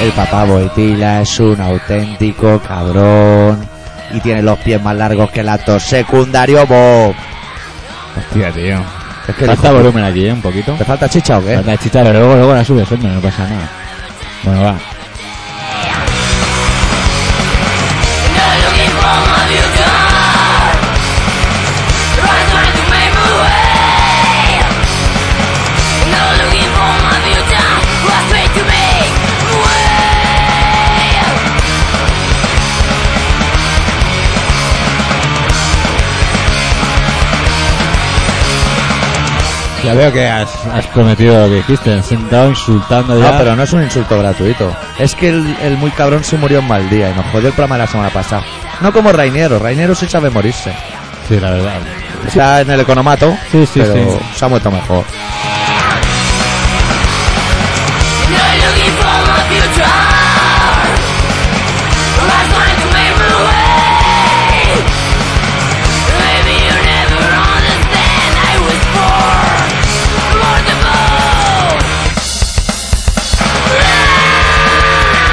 El papá Boitila es un auténtico cabrón. Y tiene los pies más largos que el actor secundario Bob. Hostia, tío. Es que el Falta hijo- volumen aquí, ¿eh? Un poquito. ¿Te falta chicha o qué? Falta chicha, pero luego, luego la subes, hombre, no pasa nada. Bueno, va. Ya veo que has, has prometido lo que dijiste. Sentado insultando ya. No, pero no es un insulto gratuito. Es que el, el muy cabrón se murió en mal día y nos jodió el programa la semana pasada. No como Rainiero, Rainiero sí sabe morirse. Sí, la verdad. Está en el economato, Sí, sí, pero sí. se ha muerto mejor.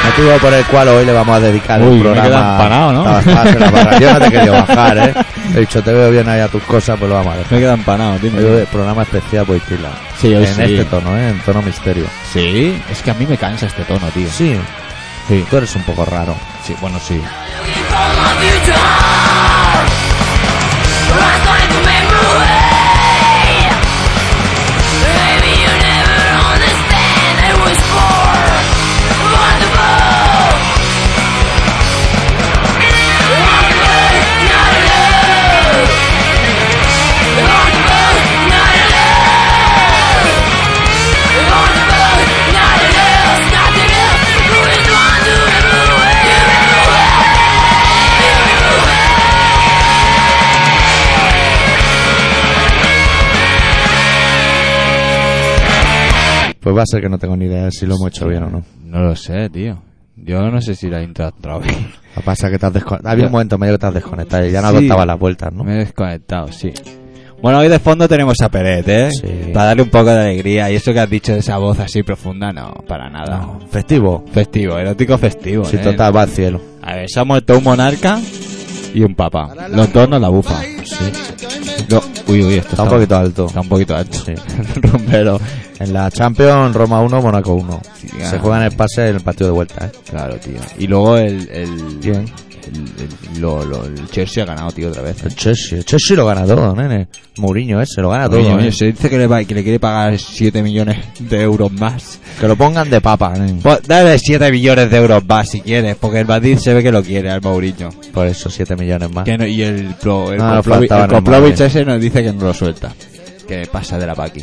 Motivo por el cual hoy le vamos a dedicar Uy, el me programa. he quedado empanado, ¿no? Estabas- estabas en la barra. Yo no te he querido bajar, ¿eh? He dicho, te veo bien ahí a tus cosas, pues lo vamos a dejar. Me he quedado empanado, dime. Hoy, programa especial Boitila. Sí, hoy En sí. este tono, ¿eh? En tono misterio. Sí, es que a mí me cansa este tono, tío. Sí, Sí, tú eres un poco raro. sí, bueno, sí. Pues va a ser que no tengo ni idea de si lo hemos hecho bien o no. No lo sé, tío. Yo no sé si la intro ha entrado bien. Lo que pasa es que te has descone- Había un momento medio que te has desconectado y ya no Sí. adoptaba las vueltas, ¿no? Me he desconectado, sí. Bueno, hoy de fondo tenemos a Peret, ¿eh? Sí. Para darle un poco de alegría. Y eso que has dicho de esa voz así profunda, no, para nada. No. Festivo. Festivo, erótico festivo. Si ¿eh? total va al cielo. A ver, se ha muerto un monarca y un papa. Los dos nos la bufa. Sí. No, uy, uy, esto Está un poquito alto. Está un poquito alto. Sí. Rompero. En la Champions, Roma 1, Mónaco 1. Se ah. juegan el pase en el partido de vuelta, ¿eh? Claro, tío. Y luego el. el ¿Quién? El, el- lo- lo- el Chelsea ha ganado, tío, otra vez. ¿eh? El Chelsea. El Chelsea lo gana todo, nene. Mourinho ese, lo gana todo. Coño, ¿eh? coño, se dice que le, va- que le quiere pagar 7 millones de euros más. Que lo pongan de papa, nene. Pues dale 7 millones de euros más si quieres, porque el Madrid se ve que lo quiere al Mourinho. Por eso, 7 millones más. Que no- y el, pro, el, No, no Koplovi- el faltaba en el Koplovic Madrid. ese nos dice que no lo suelta. Que pasa de la paqui.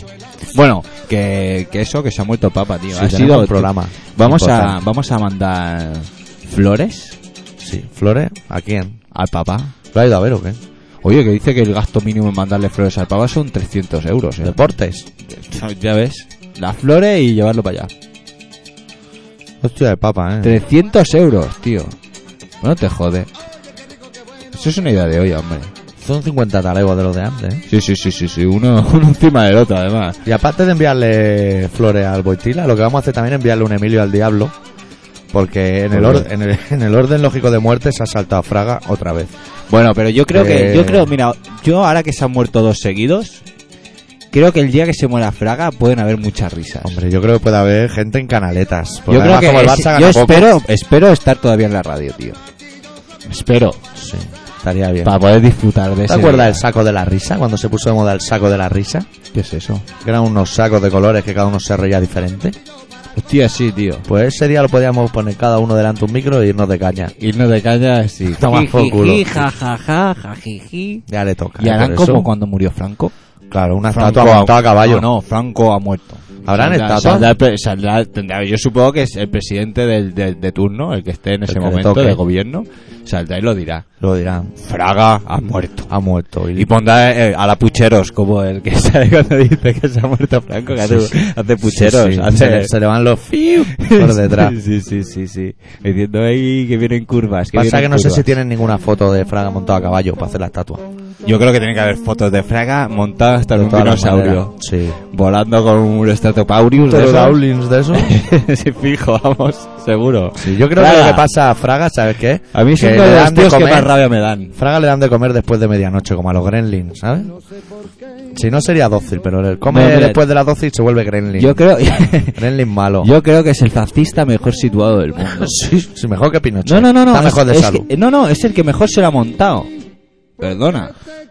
Bueno, que, que eso, que se ha muerto el Papa, tío. Sí, ha tenemos sido un programa Vamos a, importante. vamos a mandar flores Sí. ¿Flores? ¿A quién? al Papa. ¿Lo ha ido a ver o qué? Oye, que dice que el gasto mínimo en mandarle flores al Papa son 300 euros, ¿eh? ¿Deportes? Ya ves. Las flores y llevarlo para allá. Eh. Hostia, de papa, ¿eh? 300 euros, tío. Bueno, te jode. Eso es una idea de hoy, hombre. Son 50 talegos de los de antes, ¿eh? Sí, sí, sí, sí, sí. Uno, uno encima del otro, además. Y aparte de enviarle flores al Boitila, lo que vamos a hacer también es enviarle un Emilio al Diablo. Porque en el, ¿Por or- en el, en el orden lógico de muerte se ha saltado Fraga otra vez. Bueno, pero yo creo que, Eh. yo creo, mira, yo ahora que se han muerto dos seguidos, creo que el día que se muera Fraga pueden haber muchas risas. Hombre, yo creo que puede haber gente en canaletas. Porque yo creo además, que como el es- Barça gana yo poco- espero, espero estar todavía en la radio, tío. Espero. Sí, estaría bien. Para poder disfrutar de ¿Te ese acuerdas día. del saco de la risa? Cuando se puso de moda el saco de la risa. ¿Qué es eso? Que eran unos sacos de colores que cada uno se reía diferente. Hostia, sí, tío. Pues ese día lo podíamos poner cada uno delante un micro e irnos de caña. Irnos de caña, sí. Toma por culo. Jijiji, jajaja, jajiji. Ya le toca. Y ¿eh? harán Por eso. como cuando murió Franco. Claro, una Franco estatua montada a caballo. No, no, Franco ha muerto. ¿Habrán Saldrá- estatuas? saldrá el pre- saldrá- tendrá- yo supongo que es el presidente del, del- de turno, el que esté en ese que le momento toque. de gobierno, saldrá y lo dirá. Lo dirán. Fraga ha muerto. Ha muerto. Y pondrá eh, a la pucheros, como el que sale cuando dice que se ha muerto Franco, que hace, hace pucheros. Sí, sí. hace- Se, se le van los fiu por detrás. Sí, sí, sí, sí. Diciendo ahí que vienen curvas. Que Pasa vienen que no sé curvas". si tienen ninguna foto de Fraga montado a caballo para hacer la estatua. Yo creo que tiene que haber fotos de Fraga montada hasta en De un todas las dinosaurio. maneras. Sí. Volando con un Ceratopaurius de Pero esos. Dowlings de eso. sí, fijo, vamos, seguro. Sí, yo creo que lo Fraga. que pasa a Fraga, ¿sabes qué? A mí Que son de le los dan de tíos que comer. más rabia me dan. Fraga le dan de comer después de medianoche, como a los gremlins, ¿sabes? Si no sería dócil, pero el come No, mira, después de la dócil se vuelve gremlin. Yo creo, Gremlin malo. yo creo que es el fascista mejor situado del mundo. sí, sí, mejor que Pinochet. No, no, no, no. Está es- mejor de es salud. que- no, no, es el que mejor se lo ha montado. Perdona.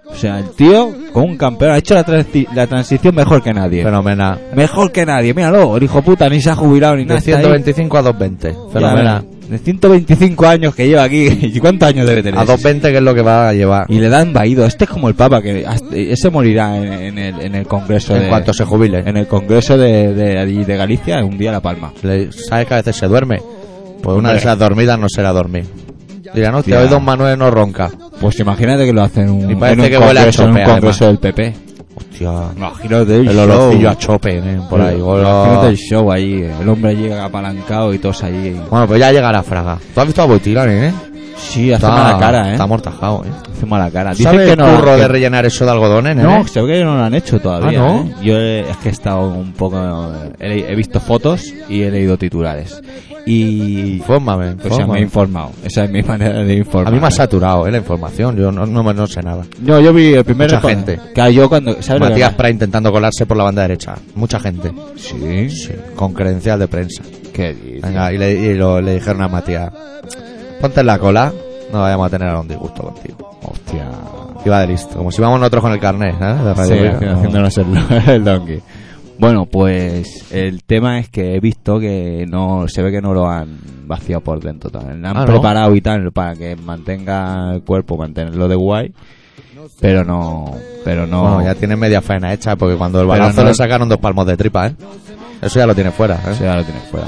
O sea, el tío, con un campeón, ha hecho la, transi- la transición mejor que nadie. Fenomenal. mejor que nadie, míralo. El hijo puta ni se ha jubilado ni nada. De está ahí. 125 a 220. Ya, mira, Fenomenal. De 125 años que lleva aquí. ¿Y cuántos años debe tener? A 220 que es lo que va a llevar. Y le dan vaído. Este es como el Papa, que hasta- ese morirá en, en el, en el Congreso En de... cuanto se jubile. En el Congreso de, de, allí de Galicia, un día a La Palma. Le- ¿Sabes que a veces se duerme? Pues una de Hombre. esas dormidas no será dormir. Dirán, no, Ya. hoy Don Manuel no ronca. Pues imagínate que lo hacen en un, Y parece en un que huele a congreso, en un chope, congreso del PP. Hostia. Imagínate El olorcillo a chope, eh, por ahí. Imagínate el Bueno, show ahí. El hombre llega apalancado y todos ahí. pues ya llegará Fraga. ¿Tú has visto a Boitirán, eh? Sí, hace mala cara, ¿eh? Está amortajado, eh. Hace mala cara. Dicen ¿Sabes que el no... curro que- de rellenar eso de algodones, nene? No, creo que no lo han hecho todavía. Ah, ¿no? ¿eh? Yo he- es que he estado un poco. He, he visto fotos y he leído titulares. Y. Infórmame, pues, O sea, Pues infórmame. me he informado. Esa es mi manera de informar. A mí me ha saturado, eh, la información. Yo no, no, me- no sé nada. No, yo vi el primer Mucha reportaje. gente. Claro, yo cuando. ¿sabes lo que Matías pasa? Pra intentando colarse por la banda derecha. Mucha gente. Sí. Sí, con credencial de prensa. ¿Qué dices? Venga, y, le, y lo- le dijeron a Matías, ponte en la cola, no vayamos a tener algún disgusto contigo. Hostia. Iba de listo, como si íbamos nosotros con el carnet, ¿eh? De Radio Sí, Viva, haci- ¿no? haciéndonos el, el donkey. Bueno, pues el tema es que he visto que no se ve que no lo han vaciado por dentro. Tal. Le han Ah, ¿no? preparado y tal para que mantenga el cuerpo, mantenerlo de guay, pero no, pero no. Bueno, ya tiene media faena hecha, porque cuando el Pero balazo no- le sacaron dos palmos de tripa, ¿eh? Eso ya lo tiene fuera, ¿eh? o sea, lo tienes fuera.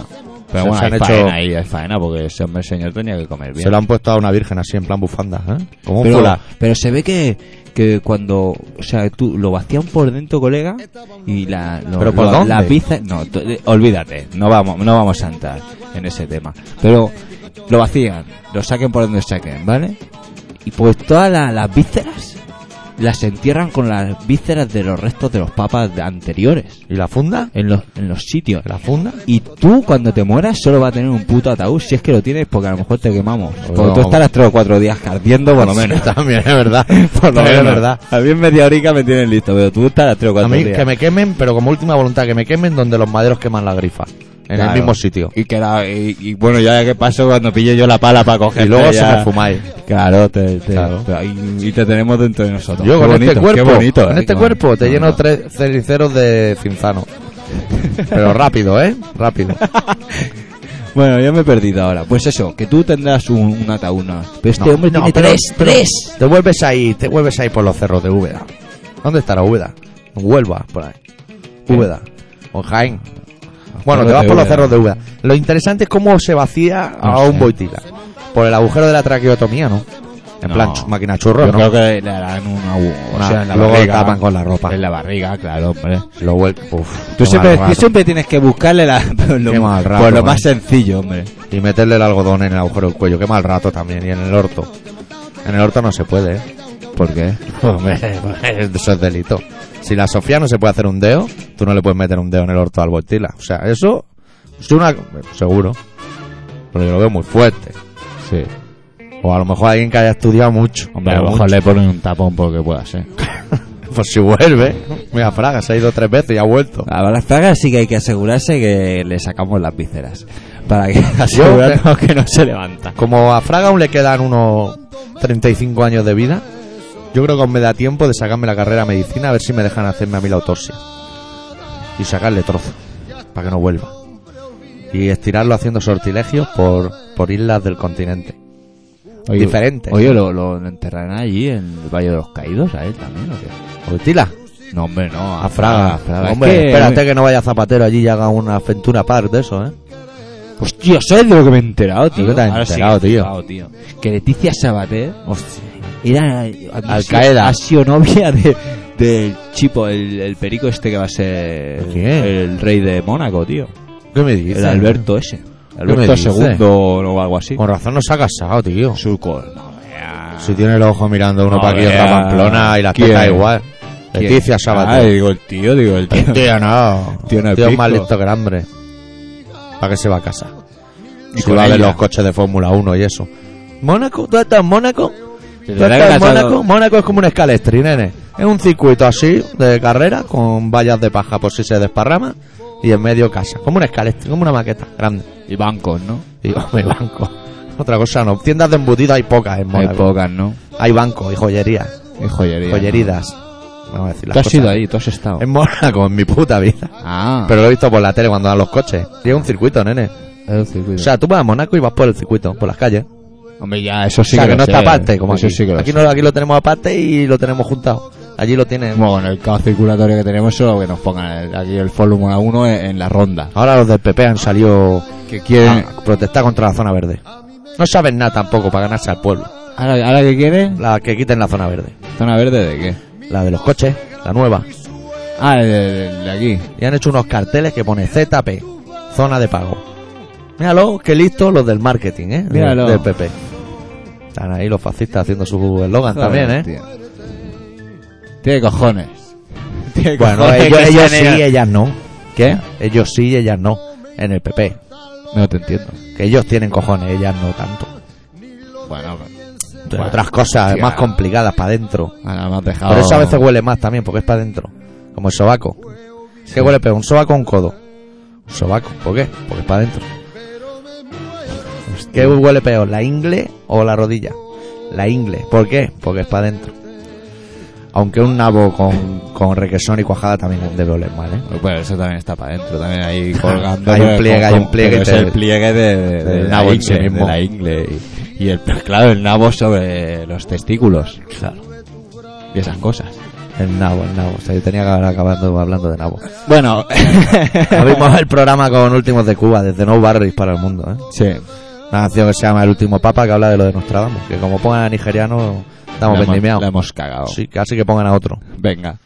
Pero Se- bueno, se han hay hecho- faena ahí, hay faena porque ese hombre señor tenía que comer bien. Se lo han puesto a una virgen así, en plan bufanda, ¿eh? Como un pero, fula. pero se ve que, que cuando, o sea, tú lo vacían por dentro, colega, y la, lo- ¿Pero por lo- dónde? la pizza, no, t- eh, olvídate, no vamos, no vamos a entrar en ese tema. Pero lo vacían, lo saquen por donde saquen, ¿vale? Y pues todas la- las vísceras las entierran con las vísceras de los restos de los papas de- anteriores ¿Y la funda? en los, en los sitios. ¿La funda? Y tú cuando te mueras solo va a tener un puto ataúd si es que lo tienes porque a lo mejor te quemamos. Porque no. tú estarás tres o cuatro días ardiendo por lo menos. También, es verdad. Por lo menos, es verdad. A mí en media horica me tienen listo, pero tú estás a las 3 o A 4 mí que me quemen, pero como última voluntad, que me quemen donde los maderos queman la grifa. En el mismo sitio. Y, que la- y, y bueno, ya que pasó cuando pille yo la pala para coger. pues Y luego se me fumáis. Claro, te, te- Claro. te- y, y te tenemos dentro de nosotros. Yo Qué con bonito, este cuerpo, qué bonito, con eh, este qué cuerpo bonito. te No, lleno no. tres ceniceros de cinzano. Pero rápido, ¿eh? Rápido. Bueno, ya me he perdido ahora. Pues eso, que tú tendrás un, un ataúd. ¿no? Pero este No, hombre no, tiene pero- tres, pero tres. Te vuelves ahí, te vuelves ahí por los cerros de Úbeda. ¿Dónde estará Úbeda? En Huelva, por ahí. Úbeda. O en Jaén. Bueno, cerros te vas de por los Úbeda. cerros de Úbeda. Lo interesante es cómo se vacía a No un sé. boitila. Por el agujero de la traqueotomía, ¿no? En No. plan, ch- máquina churro, Yo ¿no? creo que le harán una U. O Una- sea, en la luego barriga. tapan con la ropa. En la barriga, claro, hombre. Lo vuelve. Uf, Tú qué siempre, mal tú rato. siempre tienes que buscarle la, lo, Qué mal rato, por lo man. más sencillo, hombre. Y meterle el algodón en el agujero del cuello. Qué mal rato también. Y en el orto. En el orto no se puede, ¿eh? ¿Por qué? Hombre, eso es delito. Si la Sofía no se puede hacer un dedo, tú no le puedes meter un dedo en el orto al Boitila. O sea, eso es una... Seguro. Pero yo lo veo muy fuerte. Sí. O a lo mejor alguien que haya estudiado mucho. Hombre, a lo Pero mejor mucho. le ponen un tapón porque pueda ser. Pues si vuelve. Mira, Fraga, se ha ido tres veces y ha vuelto. A las zagas sí que hay que asegurarse que le sacamos las vísceras. Para que asegurarnos que no se levanta. Como a Fraga aún le quedan unos 35 años de vida, yo creo que aún me da tiempo de sacarme la carrera de medicina a ver si me dejan hacerme a mí la autopsia. Y sacarle trozo, para que no vuelva. Y estirarlo haciendo sortilegios por, por islas del continente. Diferente. Oye, ¿lo, lo enterrarán allí en el Valle de los Caídos a él también o qué? Boitila, No, hombre, no. a Fraga. A Fraga. Es Hombre, que- espérate que no vaya Zapatero allí y haga una aventura par de eso, ¿eh? Hostia, ¿sabes de lo que me he enterado, tío? ¿De qué te has Ahora sí que enterado, me he tío? Que Leticia Sabater Hostia. era Al-Qaeda. Ha sido novia de, del chipo, el, el perico este que va a ser ¿Quién? el rey de Mónaco, tío. ¿Qué me dices? El Alberto ese. me Alberto dices? II o algo así. Con razón no se ha casado, tío. Surco. No, vea. Ah, Si tiene el ojo mirando uno No, para aquí, otra vea. Pamplona y la ¿Quién? queda igual. Leticia Ah, Sabater. digo el tío, digo el tío. Tío, no. Tío, no es Tío es más pico. listo que el hambre. ¿Para qué se va a casa? Y Y con va a ver ella. los coches de Fórmula 1 y eso. ¿Mónaco? ¿Tú estás en Mónaco? Se ¿Tú le estás ha en Mónaco? casado- Mónaco es como un escalestri, nene. Es un circuito así de carrera con vallas de paja por si se desparrama y en medio casa. Como un escalestri, como una maqueta grande. Y bancos, ¿no? Y mi banco. Otra cosa no. Tiendas de embutido hay pocas en Hay Mónaco. pocas, ¿no? Hay banco y joyería. Y joyería. Joyeridas. Vamos a decir las ¿no? Tú has cosas. sido ahí, tú has estado. En Mónaco, en mi puta vida. Ah, Pero lo he visto por la tele cuando dan los coches. Y es un circuito, nene. es un circuito. O sea, tú vas a Mónaco y vas por el circuito, por las calles. Hombre, ya, eso sí o sea, que, que, lo no sé. está aparte, como eso aquí. sí que lo aquí, sé. no, aquí lo tenemos aparte y lo tenemos juntado. Allí lo tienen. Bueno, con el caos circulatorio que tenemos, solo que nos pongan el- aquí el Fórmula 1 en, en la ronda. Ahora los del PP han salido Que quieren. a protestar contra la zona verde. No saben nada tampoco para ganarse al pueblo. ¿Ahora, ahora que quieren? La que quiten la zona verde. ¿Zona verde de qué? La de los coches, la nueva. Ah, el de, el de aquí. Y han hecho unos carteles que pone ZP, zona de pago. Míralo, qué listos los del marketing, ¿eh? De- Míralo. Del PP. Están ahí los fascistas haciendo su eslogan también, ¿eh? Tío. Tiene cojones. Tiene Bueno, cojones ellos, que ellos sean sí, ellas no. ¿eh? ¿Qué? Ellos sí, ellas no. En el PP. No te entiendo. Que ellos tienen cojones, ellas no tanto. Bueno, Entre Bueno, otras cosas hostia. más complicadas para adentro. ahora me has dejado. Pero eso a veces huele más también, porque es para adentro. Como el sobaco. ¿Qué huele peor? ¿Un sobaco o un codo? Un sobaco. ¿Por qué? Porque es para adentro. ¿Qué huele peor? ¿La ingle o la rodilla? La ingle. ¿Por qué? Porque es para adentro. Aunque un nabo con, con requesón y cuajada también debe oler mal, ¿eh? Bueno, eso también está para adentro, también ahí colgando. Hay un pero pliegue, con- hay un pliegue pero Es del- el pliegue de, de- del de nabo la en sí ingle, de mismo. la ingle. Y, y el, claro, el nabo sobre los testículos. Claro. Y esas cosas. El nabo, el nabo. O sea, yo tenía que acabar acabando hablando de nabo. Bueno, Abrimos el programa con Últimos de Cuba, desde No Barris para el mundo, ¿eh? sí. Una canción que se llama El último papa que habla de lo de Nostradamus. Que como pongan a nigeriano, estamos la hemos- vendimiados. La hemos cagado. Sí, casi que pongan a otro. Venga.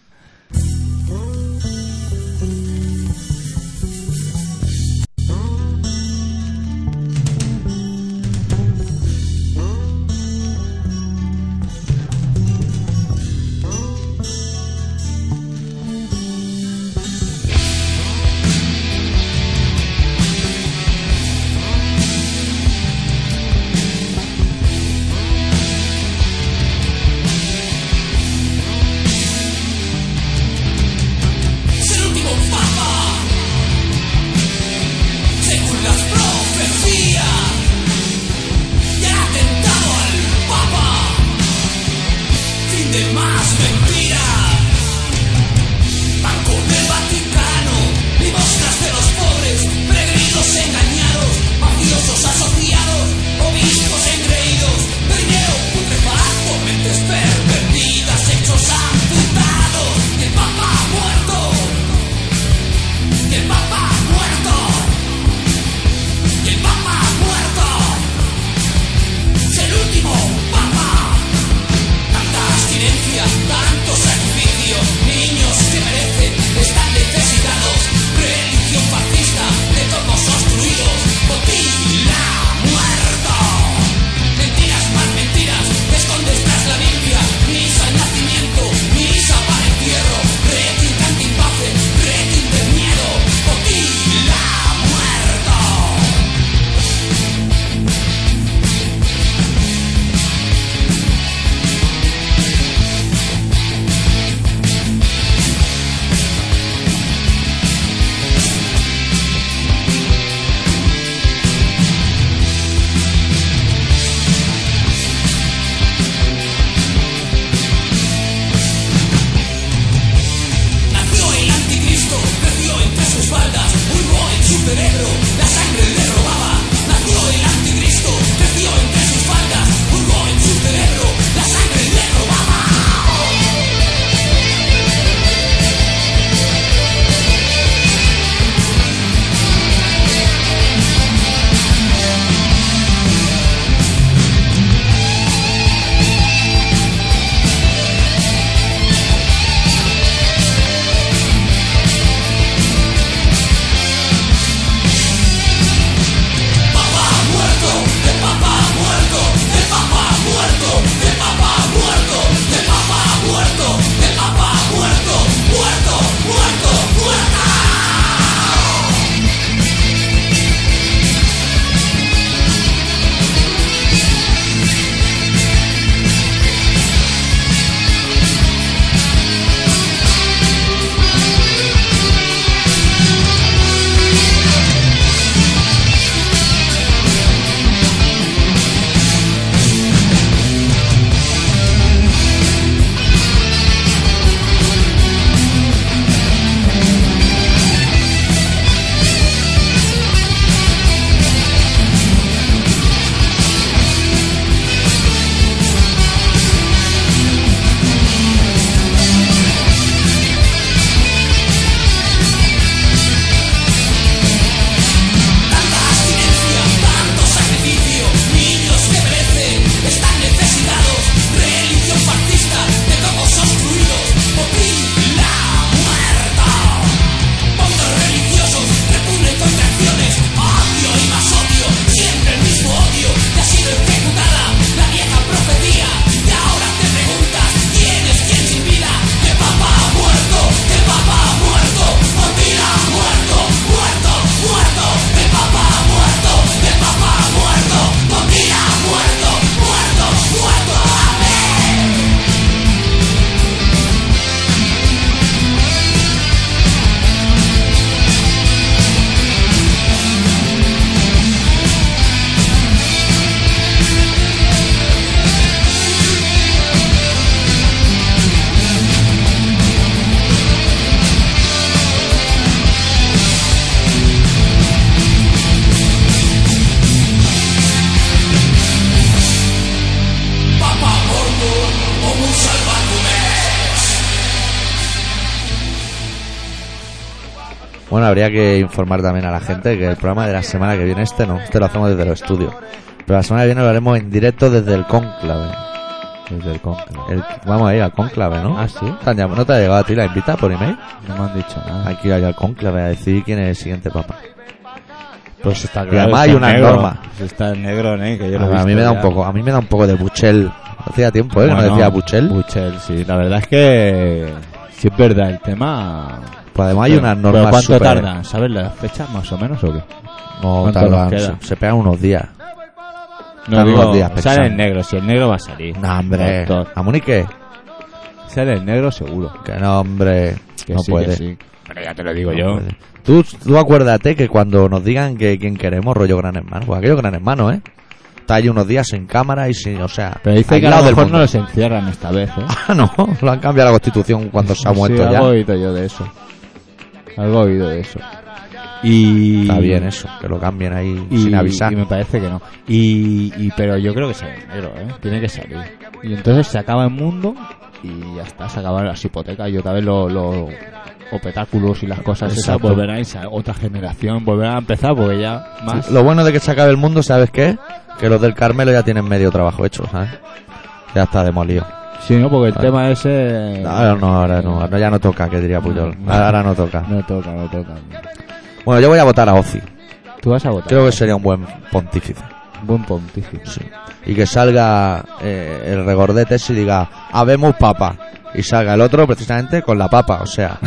Bueno, habría que informar también a la gente que el programa de la semana que viene, este no, este lo hacemos desde los estudios. Pero la semana que viene lo haremos en directo desde el conclave. Desde el conclave. El- vamos a ir al conclave, ¿no? Ah, sí. ¿Te han llam- ¿No te ha llegado a ti la invita por email? No me han dicho nada. Hay que ir al conclave a decidir quién es el siguiente papa. Pues está Y además hay está una negro. norma. Está en negro, ¿eh? Que yo A, lo he a visto mí me da ya. un poco, a mí me da un poco de Buchel. Hacía tiempo, ¿eh? que Bueno, no decía Buchel. Buchel, sí. La verdad es que... Sí es verdad, el tema... Pues además hay Pero- unas pero normas ¿Cuánto súper- tardan? ¿Sabes las fechas más o menos o qué? No ¿Cuánto tardan, nos queda? se, se pegan unos días. No Tardan digo, unos días sale pensando. el negro, si el negro va a salir. No, hombre. Doctor. ¿A Munique? Sale el negro seguro. Que no, hombre. Que no sí, que puede. sí. Pero ya te lo digo No yo. puede. Tú, tú acuérdate que cuando nos digan que quién queremos, rollo Gran Hermano, pues aquello Gran Hermano, ¿eh? Está allí unos días sin cámara y sin, o sea, Pero dice que a aislado lo del mejor no mundo. los encierran esta vez, ¿eh? Ah, no, lo han cambiado la constitución cuando se ha Sí, muerto ya. Algo he oído yo de eso. Algo he oído de eso. Y... Está bien ¿eh? eso, que lo cambien ahí Y, sin avisar. y me parece que no. Y, y- pero yo creo que sale el negro, ¿eh? Tiene que salir. Y entonces se acaba el mundo y ya está, se acaban las hipotecas y otra vez los, los opetáculos y las cosas esas Exacto. volverán a esa otra generación, volverán a empezar porque ya más... Lo bueno de que se acabe el mundo, ¿sabes qué? Que los del Carmelo ya tienen medio trabajo hecho, ¿sabes? Ya está demolido. Sí, no, porque el Ah. tema ese... Ahora no, ahora no, ahora ya no toca, que diría Puyol. No. Ahora no toca. No toca, no toca. Bueno, yo voy a votar a Ozi. Tú vas a votar. Creo que sería un buen pontífice. Buen pontífice. Sí. Y que salga eh, el regordete y diga, habemos papa. Y salga el otro precisamente con la papa, o sea,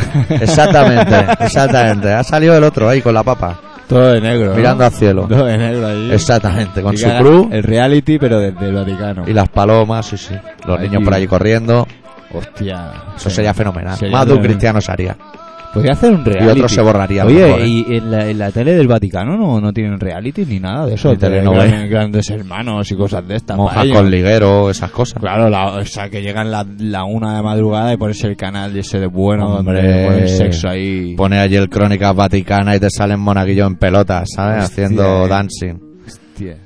exactamente, exactamente. Ha salido el otro ahí con la papa, Todo de negro. ¿no? mirando al cielo. Todo de negro ahí. Exactamente, con Y su que haga cruz El reality, pero desde el Vaticano. y las palomas, sí, sí. Los Allí. niños por allí corriendo, Hostia. eso sí. sería fenomenal. Sería Más de un tremendo. cristiano se haría. Podría hacer un reality. Y otro se borraría. Oye, mejor, ¿eh? ¿y en la, en la tele del Vaticano no, no tienen reality ni nada de eso? Ni De telenovela. gran- grandes hermanos y cosas de estas. para Monjas ellos. con liguero, esas cosas. Claro, la, o sea, que llegan la, la una de madrugada y pones el canal ese de bueno Hombre. donde ponen sexo ahí. Pone allí el Crónicas Vaticana y te salen monaguillos en pelotas, ¿sabes? Hostia, Haciendo eh. dancing. Hostia.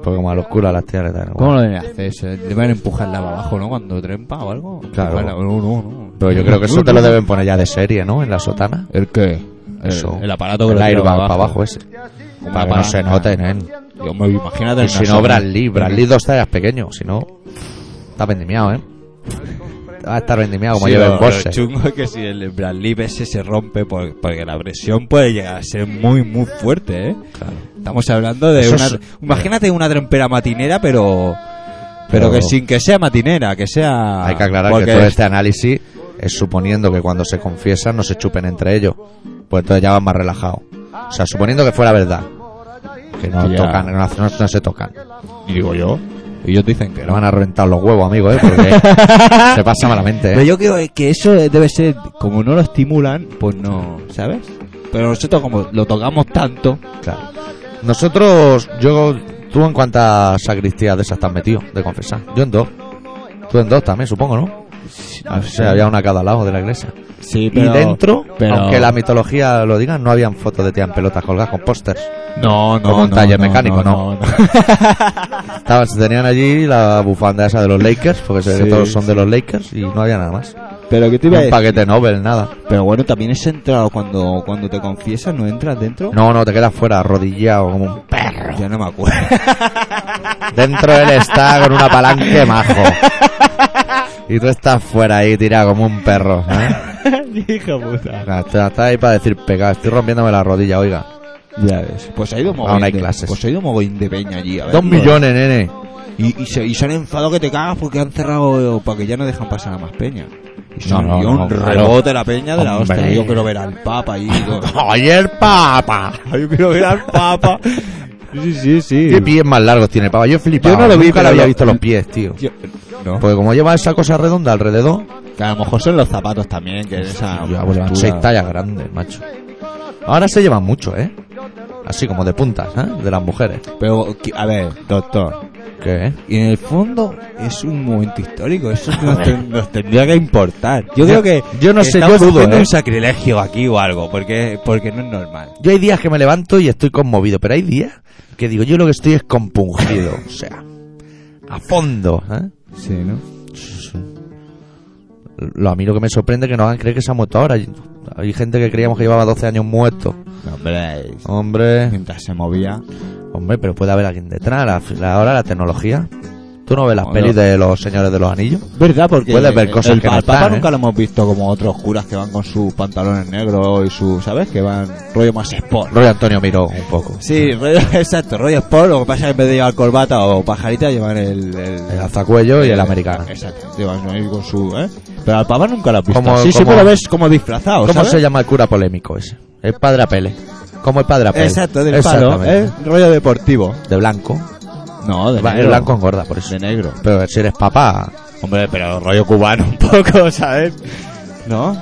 Porque como a los curas las tías le dan igual. ¿Cómo lo deben hacer? ¿Se deben empujarla para abajo, ¿no? Cuando trempa o algo. Claro. Empujarla- No, no, no. Pero yo creo que eso No, te lo no. deben poner ya de serie, ¿no? En la sotana. ¿El qué? El, Eso. el aparato que el lo tira airbag para abajo, ese. Como Para una que no se palanca. noten, ¿eh? Yo me imagínate Y en si una no, zona- Bradley. Bradley dos tallas pequeño. Si no, está vendimiado, ¿eh? Va a estar vendimiado como Sí, lleva lo- el lo Borse. chungo es que si el Bradley ese se rompe por- porque la presión puede llegar a ser muy muy fuerte, ¿eh? Estamos hablando de Eso una es- imagínate una trempera matinera, pero pero Pero- que sin que sea matinera, que sea Hay que aclarar Ah, porque que todo es- este análisis es suponiendo que cuando se confiesan no se chupen entre ellos. Pues entonces ya van más relajados. O sea, suponiendo que fuera verdad. Que no, Ya. tocan, no, no- no se tocan. y digo yo, ellos dicen que Pero no. van a reventar los huevos, amigos, ¿eh? Porque se pasa malamente, ¿eh? Pero yo creo que eso debe ser, como no lo estimulan, pues no, ¿sabes? Pero nosotros como lo tocamos tanto, Claro. Nosotros, yo, tú en cuántas sacristías de esas estás metido, de confesar. Yo en dos. Tú en dos también, supongo, ¿no? O sea, había una a cada lado de la iglesia. sí, pero, y dentro, pero- aunque la mitología lo diga, no habían fotos de tía en pelotas colgadas con pósters. no, no, como un no, taller no, mecánico, no. no, Estaban, tenían allí la bufanda esa de los Lakers, porque sé que Sí, todos son sí. de los Lakers y no había nada más. Pero que te Ni iba a un decir? paquete Nobel, nada. Pero bueno, también es entrado cuando, cuando te confiesas, ¿no entras dentro? No, no, te quedas fuera, arrodillado como un perro. Ya no me acuerdo. Dentro él está con una palanque majo. Y tú estás fuera ahí tirado como un perro. ¿eh? Hija puta. Nah, Estás ahí para decir pecado. Estoy rompiéndome la rodilla, oiga. Ya ves. Pues ha ido mogollín. Aún hay de- clases. Pues ha ido mogollín de peña allí. A ver, Dos millones, nene. Y, y se, y se han enfadado que te cagas porque han cerrado, para que ya no dejan pasar a más peña. Y se No, no, hundió no, un claro. rebote la peña de la Hombre. hostia. Yo quiero ver al Papa ahí. todo. ¡Oye, el papa! Yo quiero ver al Papa. Sí, sí, sí. ¿Qué pies más largos tiene el papa? Yo flipaba. Yo no lo vi, Nunca pero le había lo- visto los pies, tío. Yo- no. Porque como lleva esa cosa redonda alrededor, Que a lo mejor son los zapatos también, que esa. ya, pues, llevan postura. seis tallas grandes, macho. Ahora se llevan mucho, ¿eh? Así como de puntas, ¿eh? De las mujeres. Pero, qui- a ver, doctor. ¿Qué, eh? Y en el fondo es un momento histórico, eso que nos, ten- nos tendría que importar. Yo creo que Yo no sé, yo estamos dudo, haciendo ¿eh? un sacrilegio aquí o algo, porque porque no es normal. Yo hay días que me levanto y estoy conmovido, pero hay días que digo, yo lo que estoy es compungido, o sea, a fondo. ¿eh? Sí, ¿no? Lo, a mí lo que me sorprende es que nos hagan creer que se ha muerto ahora. Hay gente que creíamos que llevaba 12 años muerto. Hombre, Hombre, mientras se movía. hombre, pero puede haber alguien detrás. La- la- ahora la tecnología. ¿Tú no ves las No, pelis no. de los señores de los anillos? ¿Verdad? Porque Puedes ver cosas el- que no al Papa están, ¿eh? nunca lo hemos visto como otros curas que van con sus pantalones negros y su, ¿sabes? Que van rollo más sport. Roy Antonio miró un poco. Sí, rollo, exacto, rollo sport. Lo que pasa es que en vez de llevar corbata o pajarita, llevan el. El alzacuello y el americano. Exacto, llevan ahí con su. ¿eh? Pero al Papa nunca lo has visto. Como- sí, como- siempre lo ves como disfrazado. ¿Cómo ¿sabes? se llama el cura polémico ese? El padre Apele. ¿Cómo el padre Apele? Exacto, del palo, Exactamente. ¿eh? Rollo deportivo. De blanco. No, de Va- El negro. blanco engorda, por eso. De negro. Pero si eres papá, Hombre, pero rollo cubano un poco, ¿sabes? ¿No?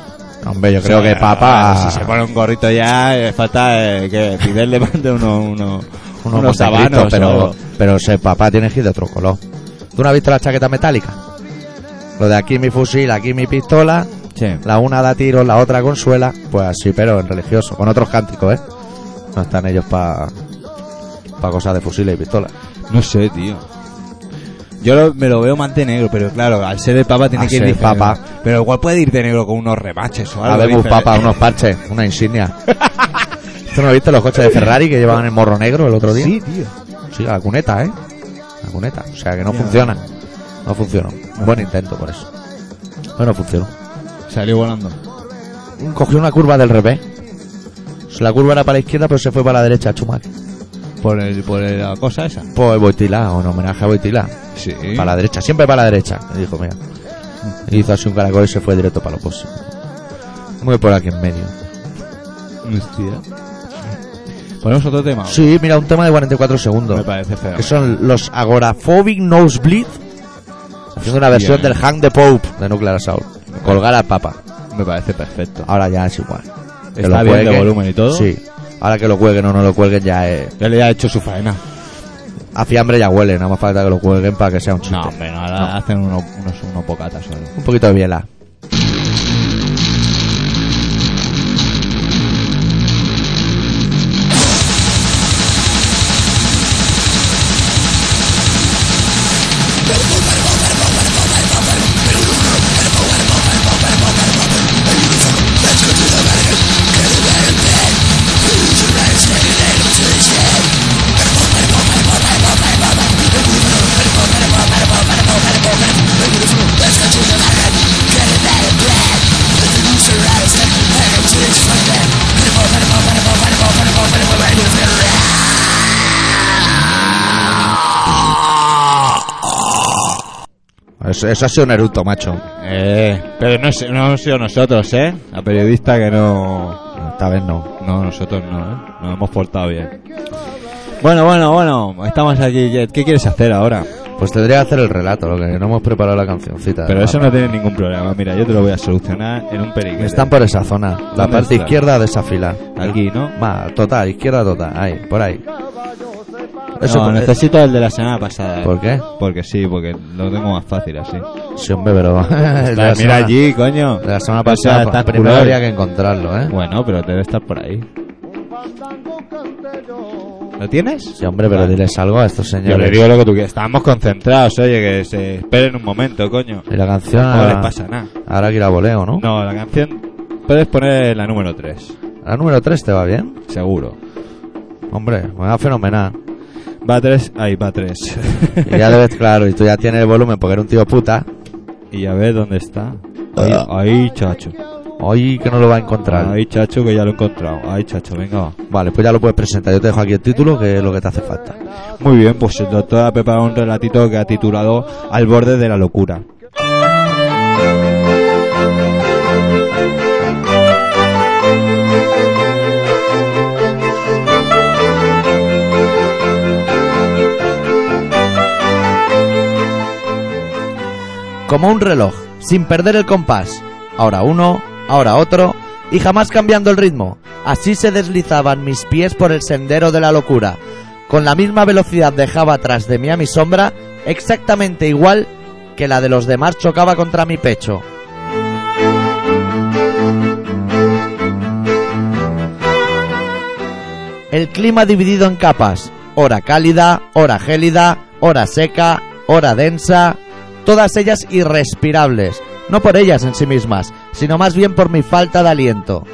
hombre, yo O creo sea, que papá. Si se pone un gorrito ya, eh, falta eh, que Fidel le mande uno, uno, uno unos con negrito, sabanos. pero, o- pero ese papá tiene que ir de otro color. ¿Tú no has visto la chaqueta metálica? Lo de aquí mi fusil, aquí mi pistola, la una da tiros, la otra consuela, pues así, pero en religioso, con otros cánticos, ¿eh? No están ellos para pa cosas de fusiles y pistolas. No sé, tío. Yo lo- me lo veo más de negro, pero claro, al ser el papa tiene Al que ir ser el diferente. papa. Pero igual puede ir de negro con unos remaches o algo. Habemos diferente. papa, unos parches, una insignia. ¿Tú no viste los coches de Ferrari que llevaban el morro negro el otro día? Sí, tío. Sí, a la cuneta, ¿eh? A la cuneta. O sea, que no Ya. funciona. No funcionó. Buen intento por eso. Pero no funcionó. Salió volando. Cogió una curva del revés. La curva era para la izquierda, pero se fue para la derecha, Schumacher. Por, el, por el- la cosa esa. Pues Boitilá, en homenaje a Boitilá. Sí. Para la derecha, siempre para la derecha. Y dijo, mira. Y hizo así un caracol y se fue directo para los coches. Muy por aquí en medio. Hostia. Ponemos otro tema. Sí, mira, un tema de 44 segundos. Me parece feo. que son los Agoraphobic Nosebleed haciendo una versión Bien. del Hang the Pope de Nuclear Assault colgar al Papa Me parece perfecto. ahora ya es igual Que Está lo bien de cuelguen. volumen y todo. sí ahora que lo cuelguen o no lo cuelguen ya es Ya le ha hecho su faena. a fiambre ya huele nada más falta que lo cuelguen para que sea un chiste No, hombre, no, ahora hacen unos, unos, unos bocatas solo. un poquito de biela eso, eso ha sido un eruto macho Eh, pero no, es- no hemos sido nosotros, ¿eh? La periodista que no... esta vez no No, nosotros no, ¿eh? Nos hemos portado bien. Bueno, bueno, bueno, estamos aquí. ¿Qué, qué quieres hacer ahora? pues tendría que hacer el relato lo que no hemos preparado la cancioncita Pero Ah, eso no tiene ningún problema. Mira, yo te lo voy a solucionar en un periquete. están por esa zona la ¿Dónde parte está? izquierda de esa fila aquí, ¿no? más total izquierda total ahí por ahí no, eh, por- pues, necesito el de la semana pasada. ¿por qué? Porque sí, porque lo tengo más fácil así. Sí, hombre, pero. de la Mira semana- allí, coño. De la semana O sea, pasada, pues, estás primero curado. habría que encontrarlo, ¿eh? Bueno, pero debe estar por ahí. ¿Lo tienes? Sí, hombre, pero diles algo a estos Yo señores. le digo lo que tú quieras. Estamos concentrados, oye, que se esperen un momento, coño. Y la canción. No les ahora, pasa nada. ahora que ir a voleo, ¿no? No, la canción puedes poner la número 3, La número 3 te va bien. seguro. Hombre, me va fenomenal. Va 3, ahí va 3. Y ya debes, claro, y tú ya tienes el volumen porque eres un tío puta. y a ver dónde está. Ahí, ahí, chacho. Hoy que no lo va a encontrar. Ahí, chacho, que ya lo he encontrado. Ahí, chacho, venga, va. Vale, pues ya lo puedes presentar. Yo te dejo aquí el título, que es lo que te hace falta. Muy bien, pues el doctor ha preparado un relatito que ha titulado Al borde de la locura. Como un reloj, sin perder el compás. Ahora uno, ahora otro, y jamás cambiando el ritmo. Así se deslizaban mis pies por el sendero de la locura. Con la misma velocidad dejaba atrás de mí a mi sombra, exactamente igual que la de los demás chocaba contra mi pecho. El clima dividido en capas, hora cálida, hora gélida, hora seca, hora densa, todas ellas irrespirables, no por ellas en sí mismas, sino más bien por mi falta de aliento.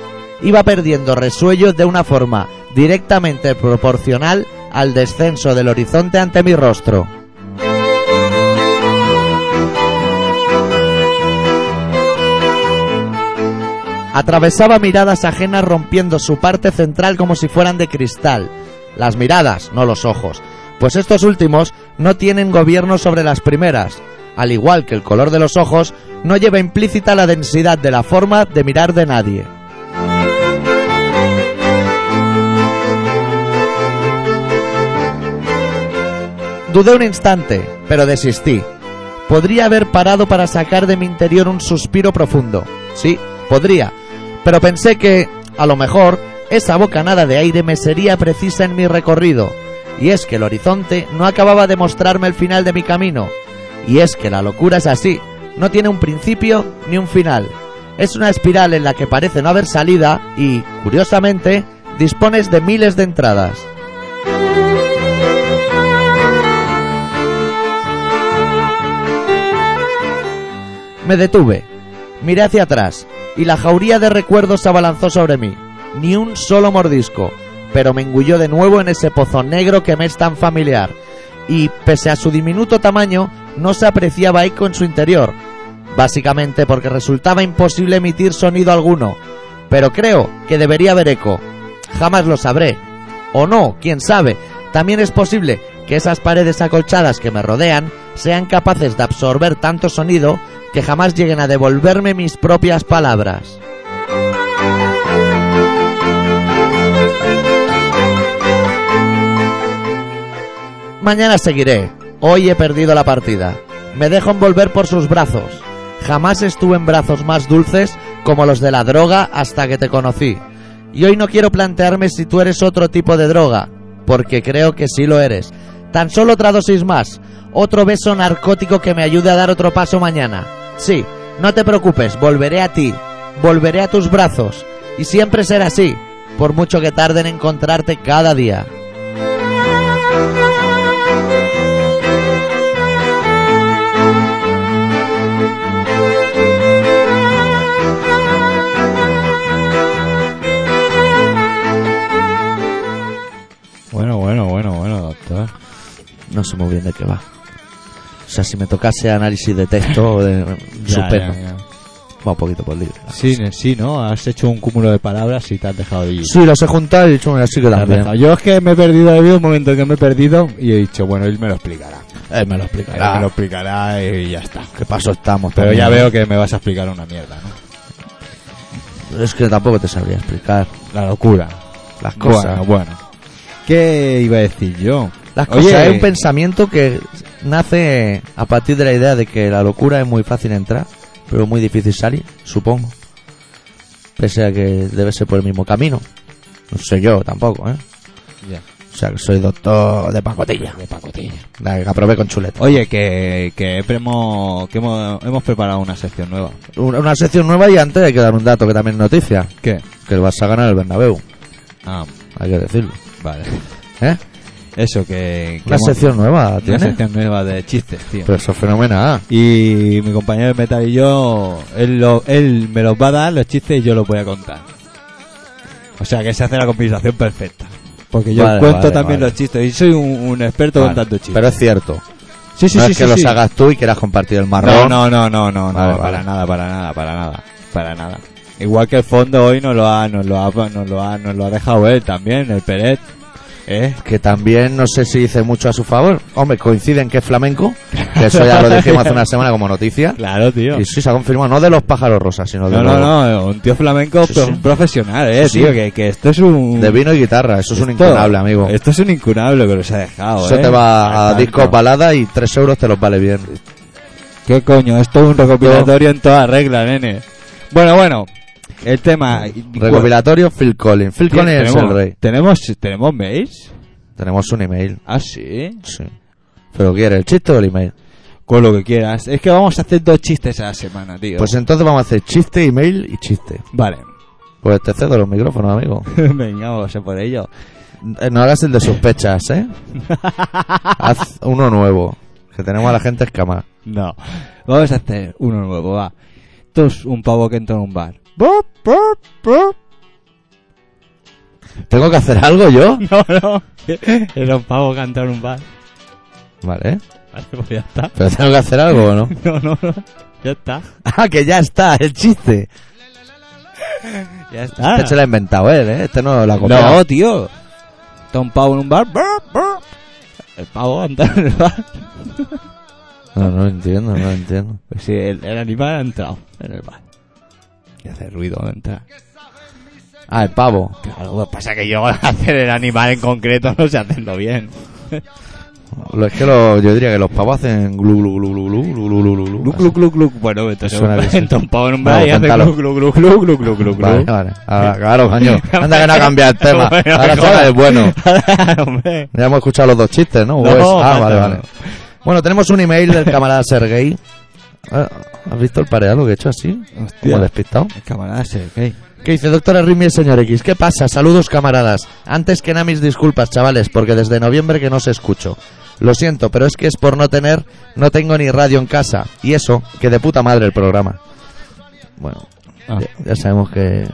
Iba perdiendo resuellos de una forma directamente proporcional al descenso del horizonte ante mi rostro. Atravesaba miradas ajenas rompiendo su parte central como si fueran de cristal. Las miradas, no los ojos, pues estos últimos no tienen gobierno sobre las primeras. Al igual que el color de los ojos, no lleva implícita la densidad de la forma de mirar de nadie. Dudé un instante, pero desistí. Podría haber parado para sacar de mi interior un suspiro profundo. Sí, podría. Pero pensé que, a lo mejor, esa bocanada de aire me sería precisa en mi recorrido. Y es que el horizonte no acababa de mostrarme el final de mi camino. Y es que la locura es así. No tiene un principio ni un final. Es una espiral en la que parece no haber salida y, curiosamente, dispones de miles de entradas. Me detuve, miré hacia atrás y la jauría de recuerdos se abalanzó sobre mí. Ni un solo mordisco, pero me engulló de nuevo en ese pozo negro que me es tan familiar. Y, pese a su diminuto tamaño, no se apreciaba eco en su interior, básicamente porque resultaba imposible emitir sonido alguno. Pero creo que debería haber eco. Jamás lo sabré. O no, quién sabe. También es posible que esas paredes acolchadas que me rodean sean capaces de absorber tanto sonido que jamás lleguen a devolverme mis propias palabras. Mañana seguiré. Hoy he perdido la partida. Me dejo envolver por sus brazos. Jamás estuve en brazos más dulces como los de la droga hasta que te conocí. Y hoy no quiero plantearme si tú eres otro tipo de droga, porque creo que sí lo eres. Tan solo otra dosis más, otro beso narcótico que me ayude a dar otro paso mañana. Sí, no te preocupes, volveré a ti, volveré a tus brazos, y siempre será así, por mucho que tarde en encontrarte cada día. Bueno, bueno, bueno, bueno, doctor. No sé muy bien de qué va. O sea, si me tocase análisis de texto, de, super, Ya, ¿no? ya, ya. Va un poquito por libre. Sí, ne- sí, ¿no? Has hecho un cúmulo de palabras y te has dejado ir. Sí, los he juntado y he dicho, bueno, sí que Te has también. dejado. Yo es que me he perdido, ha habido un momento que me he perdido y he dicho, bueno, él me lo explicará. Eh, me lo Él me lo explicará. explicará y ya está. ¿Qué paso estamos? Pero ya también. veo que me vas a explicar una mierda, ¿no? Es que tampoco te sabría explicar La locura. las cosas. Bueno, bueno. ¿Qué iba a decir yo? Las Oye. cosas es un pensamiento que nace a partir de la idea de que la locura es muy fácil entrar, pero muy difícil salir, supongo. Pese a que debe ser por el mismo camino. No sé yo tampoco, ¿eh? O sea, que soy doctor de pacotilla. De pacotilla. La que aprobé con chuleta. Oye, que, que, hemos, que hemos, hemos preparado una sección nueva. Una, una sección nueva y antes hay que dar un dato que también es noticia. ¿Qué? Que el Barça gana el Bernabéu. Ah, Hay que decirlo. vale. ¿Eh? Eso, que... que Una hemos- sección nueva una tiene. sección nueva de chistes, tío. Pero eso es fenomenal. Y mi compañero de metal y yo, él, lo- él me los va a dar los chistes y yo los voy a contar. O sea que se hace la compensación perfecta. Porque yo Vale, cuento vale, también vale. los chistes y soy un, un experto Vale, contando chistes. Pero es cierto. sí, sí, no sí, es sí, que los sí. hagas tú y quieras compartir el No, marrón. Ah, no, no, no, no, no, Vale, para vale. nada, para nada, para nada, para nada. Igual que el fondo hoy nos lo ha, nos lo ha, nos lo ha, nos lo ha dejado él también, el Peret. ¿Eh? Que también no sé si dice mucho a su favor. Hombre, coinciden que es flamenco. Que eso ya lo dijimos hace una semana como noticia. Claro, tío. Y sí se ha confirmado, no de los pájaros rosas, sino de, No, no, los- no, un tío flamenco Sí, pro- sí. profesional, eh, Sí, sí. tío, que, que esto es un... de vino y guitarra. Eso es un Esto- incurable, amigo. Esto es un incurable que los ha dejado, Eso eh. te va a Exacto. discos balada y 3 euros te los vale bien. ¿Qué coño? Esto es un recopilatorio en toda regla, nene. Bueno, bueno, el tema... Recopilatorio Phil Collins. Phil Collins es el ¿Tenemos- rey. ¿Tenemos, tenemos mails? Tenemos un email. Ah, sí. Sí. Pero quiere el chiste o el email. Con lo que quieras. Es que vamos a hacer dos chistes a la semana, tío. Pues entonces vamos a hacer chiste, email y chiste. vale. Pues te cedo los micrófonos, amigo. Venga, vamos a por ello. Eh, No hagas el de sospechas, ¿eh? Haz uno nuevo. Que tenemos a la gente escama. No. Vamos a hacer uno nuevo, va. Esto es un pavo que entra en un bar. Bup, bup, bup. ¿Tengo que hacer algo yo? No, no. Era un pavo que entra en un bar. Vale, Vale, pues ya está. pero tengo que hacer algo o no? No, no, no. Ya está. Ah, que ya está, el chiste. Ya está. Este se lo ha inventado él, ¿eh? Este no lo ha copiado. Ah, No, tío. Está un pavo en un bar. brr, brr. El pavo anda en el bar. No, no lo entiendo, no lo entiendo. Pues sí, el, el animal ha entrado en el bar. Y hace ruido al entrar. Ah, el pavo. Claro, pues pasa que yo al hacer el animal en concreto no sé hacerlo bien. Lo- Es que lo- yo diría que los pavos hacen glu glu glu glu glu glu glu glu glu. Glu, glu, glu, glu. Bueno, entonces Suena bien, sí. entra un pavo en un bar Vale, y hace cántalo. glu, glu, glu, glu, glu, glu, glu, glu. Vale, vale. Ah, claro, coño. Anda que no ha cambiado el tema. Bueno, Ahora ¿cómo? sabes, bueno. Hombre. Ya hemos escuchado los dos chistes, ¿no? No, Pues- ah, vale, macho. vale. Bueno, tenemos un email del camarada Sergei. Ah, ¿Has visto el pareado que he hecho así? Hostia. Como despistado. El camarada se ok. Que dice, doctora Rimi y el señor X, ¿qué pasa? Saludos camaradas. Antes que nada mis disculpas, chavales, porque desde noviembre que no se escucho. Lo siento, pero es que es por no tener, no tengo ni radio en casa. Y eso, que de puta madre el programa. Bueno, Ah. ya, ya sabemos que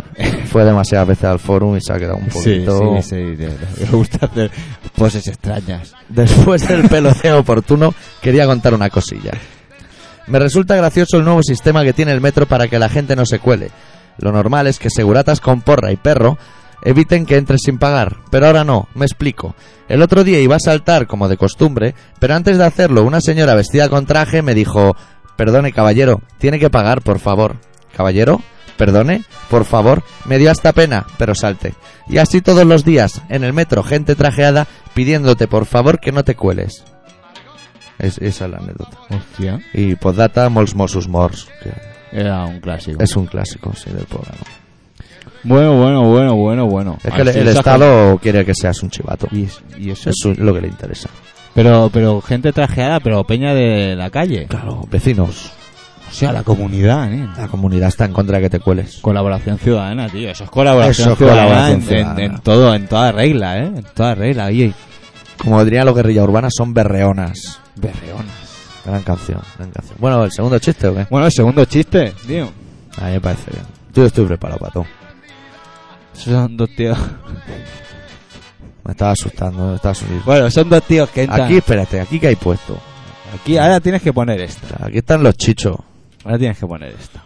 fue demasiadas veces al forum y se ha quedado un poquito... Sí, sí, sí. de- de- Me gusta hacer poses extrañas. Después del peloteo oportuno, quería contar una cosilla. Me resulta gracioso el nuevo sistema que tiene el metro para que la gente no se cuele. Lo normal es que seguratas con porra y perro eviten que entres sin pagar, pero ahora no, me explico. El otro día iba a saltar como de costumbre, pero antes de hacerlo una señora vestida con traje me dijo, perdone caballero, tiene que pagar, por favor. Caballero, perdone, por favor, me dio hasta pena, pero salte. Y así todos los días, en el metro, gente trajeada pidiéndote por favor que no te cueles. Es- esa es la anécdota. Hostia. Y postdata, Mols Mosus Mors, que Era un clásico. es un clásico sí, del programa. Bueno, bueno, bueno, bueno, bueno. Es que el, Hostia, el esa Estado quiere que seas un chivato. gente- Y, es- y eso. Es su- lo que le interesa. Pero, pero gente trajeada, pero peña de la calle. Claro, vecinos. O sea, la comunidad, ¿eh? La comunidad está en contra de que te cueles. Colaboración ciudadana, tío. Eso es colaboración Eso es ciudadana, colaboración en, ciudadana. en- en todo, en toda regla, ¿eh? En toda regla. Oye, Como dirían los guerrillas urbanas, son berreonas. berreonas. Gran canción, gran canción. Bueno, ¿el segundo chiste o qué? Bueno, el segundo chiste, tío. A mí me parece bien. Yo estoy preparado para todo. Esos son dos tíos. Me estaba asustando, me estaba asustando. Bueno, son dos tíos que entran. Aquí, espérate, aquí que hay puesto. aquí ahora tienes que poner esto. Aquí están los chichos. Ahora tienes que poner esta.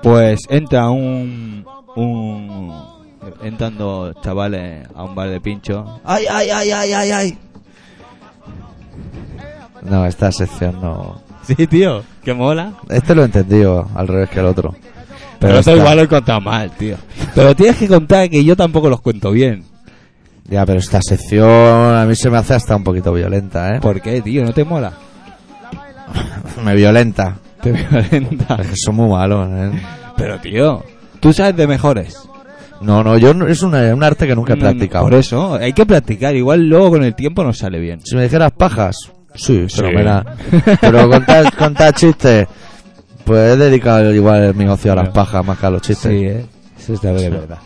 Pues entra un. un entran dos chavales a un bar de pincho. ¡Ay, ay, ay, ay, ay, ay! No, esta sección no. Sí, tío, que mola. Este lo he entendido al revés que el otro. Pero está esto igual lo he contado mal, tío. Pero tienes que contar que yo tampoco los cuento bien. Ya, pero esta sección a mí se me hace hasta un poquito violenta, ¿eh? ¿Por qué, tío? ¿No te mola? Pues- Me violenta. Te violenta. Es que son muy malos, ¿eh? Pero, tío, tú sabes de mejores. No, no, yo no- es una- un arte que nunca he No, no, practicado. Mm, Por eso, hay que practicar. Igual luego con el tiempo nos sale bien. Si me dijeras pajas, sí, pero me la- Pero contar, contar chistes, pues he dedicado igual mi ocio a las Bueno. pajas más que a los chistes. ¿eh? Eso es de verdad.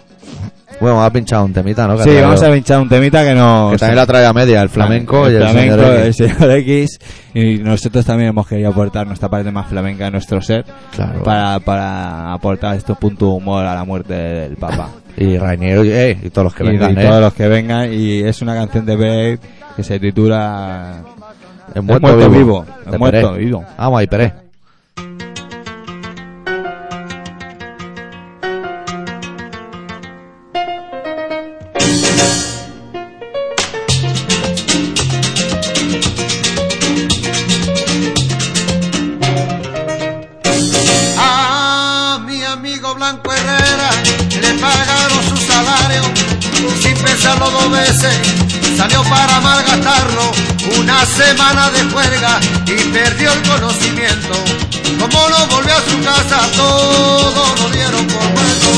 Bueno, me ha pinchado un temita, ¿no? Que Sí, ha traído- vamos a pinchar un temita que nos... Que también la trae a media, el flamenco y el flamenco, señor X. el señor X. Y nosotros también hemos querido aportar nuestra parte más flamenca de nuestro ser Claro. para, para aportar estos puntos de humor a la muerte del Papa. Y Rainiero, y- eh, y todos los que y, vengan, y ¿eh? todos los que vengan. Y es una canción de Beck que se titula... El El muerto vivo. De El Peré. muerto vivo. Vamos ahí, Peré. A mi amigo Blanco Herrera le he pagado su salario sin pensarlo dos veces. Salió para malgastarlo una semana de juerga y perdió el conocimiento. Como no volvió a su casa, todo lo dieron por muerto.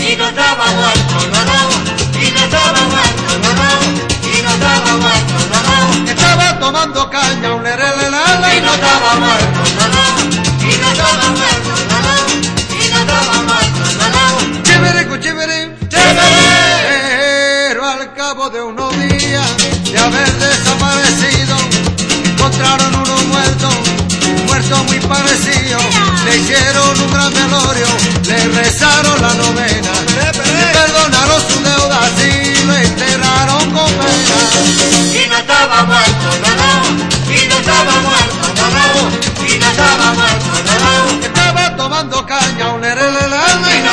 y no estaba muerto, no, no, y no estaba muerto, no, no, y no estaba muerto, no, no, Estaba tomando caña, un lerelelala y no estaba muerto, no, no, y no estaba muerto, no, no, y no estaba muerto, no, no. Chévere, cu- chévere, Pero al cabo de unos días de haber desaparecido, encontraron uno muerto, muerto muy parecido vecino le hicieron un gran velorio, le rezaron la novena, le perdonaron su deuda y lo enterraron con pena. y no estaba muerto, no, no, y no estaba muerto, no, no, y no estaba muerto, no, no, Estaba tomando caña, un y no erelelele,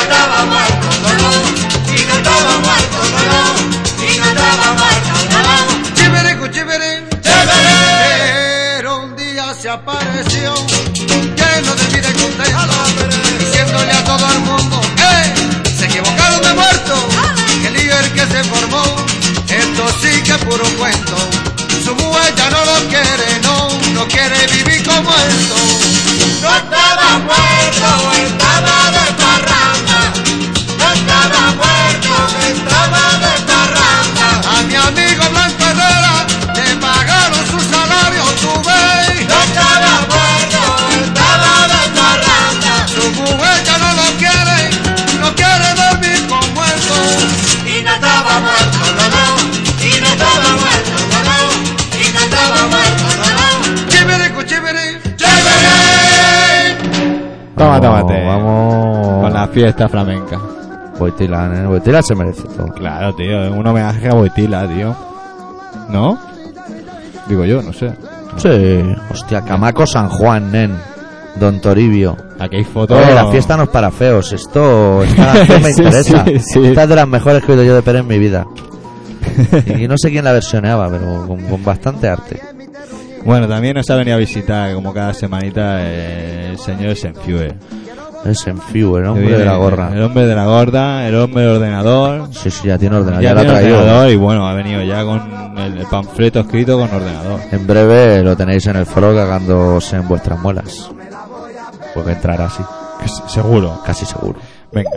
estaba muerto, no, no, y no estaba muerto, no, no, y no estaba muerto, no, no. chibiricu, chibiri. Pero un día se apareció, lleno de vida y contento, diciéndole a todo el mundo, ¡eh! Se equivocaron de muerto, que el lío el que se formó, esto sí que es puro cuento. Su mujer ya no lo quiere, no, no quiere vivir como esto. No estaba muerto, estaba de parranda, no estaba muerto, estaba de parranda. A mi amigo Blanco Herrera le pagaron su salario, su No veis. estaba muerto, estaba de parranda, Su mujer ya no lo quiere, no quiere dormir como esto. y no estaba muerto, no, no, y no estaba muerto, no, no, y no estaba muerto, no, no. Chibiricu, chibiri. Toma, tómate. Vamos. Con la fiesta flamenca. Boitila, ¿eh? Boitila se merece todo. Claro, tío, es un homenaje a Boitila, tío. ¿No? Digo yo, no sé. Sí. Hostia, Camaco San Juan, nen. Don Toribio. Aquí hay fotos. Oye, la fiesta no es para feos. Esto, esta canción me Oh. Sí, interesa. sí, sí. Esta es de las mejores que he oído yo de Pérez en mi vida. Y no sé quién la versioneaba, pero con, con bastante arte. Bueno, también nos ha venido a visitar, como cada semanita, eh, el señor Senfue. Es en Fiu, el hombre de la El gorra. hombre de la gorda, el hombre del ordenador. Sí, sí, ya tiene ordenador. ya Ya, la ha tiene traído. ordenador y bueno, ha venido ya con el panfleto escrito con ordenador. En breve lo tenéis en el foro cagándose en vuestras muelas. Porque entrará así, Que- Seguro. casi seguro. Venga.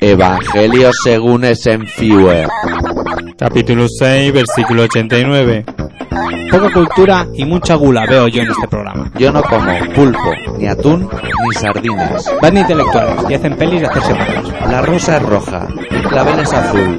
Evangelio según es en Capítulo 6, versículo 89. Poca cultura y mucha gula veo yo en este programa. Yo no como pulpo, ni atún, ni sardinas. Van de intelectuales y hacen pelis de hacerse malos. La rosa es roja, el clavel es azul.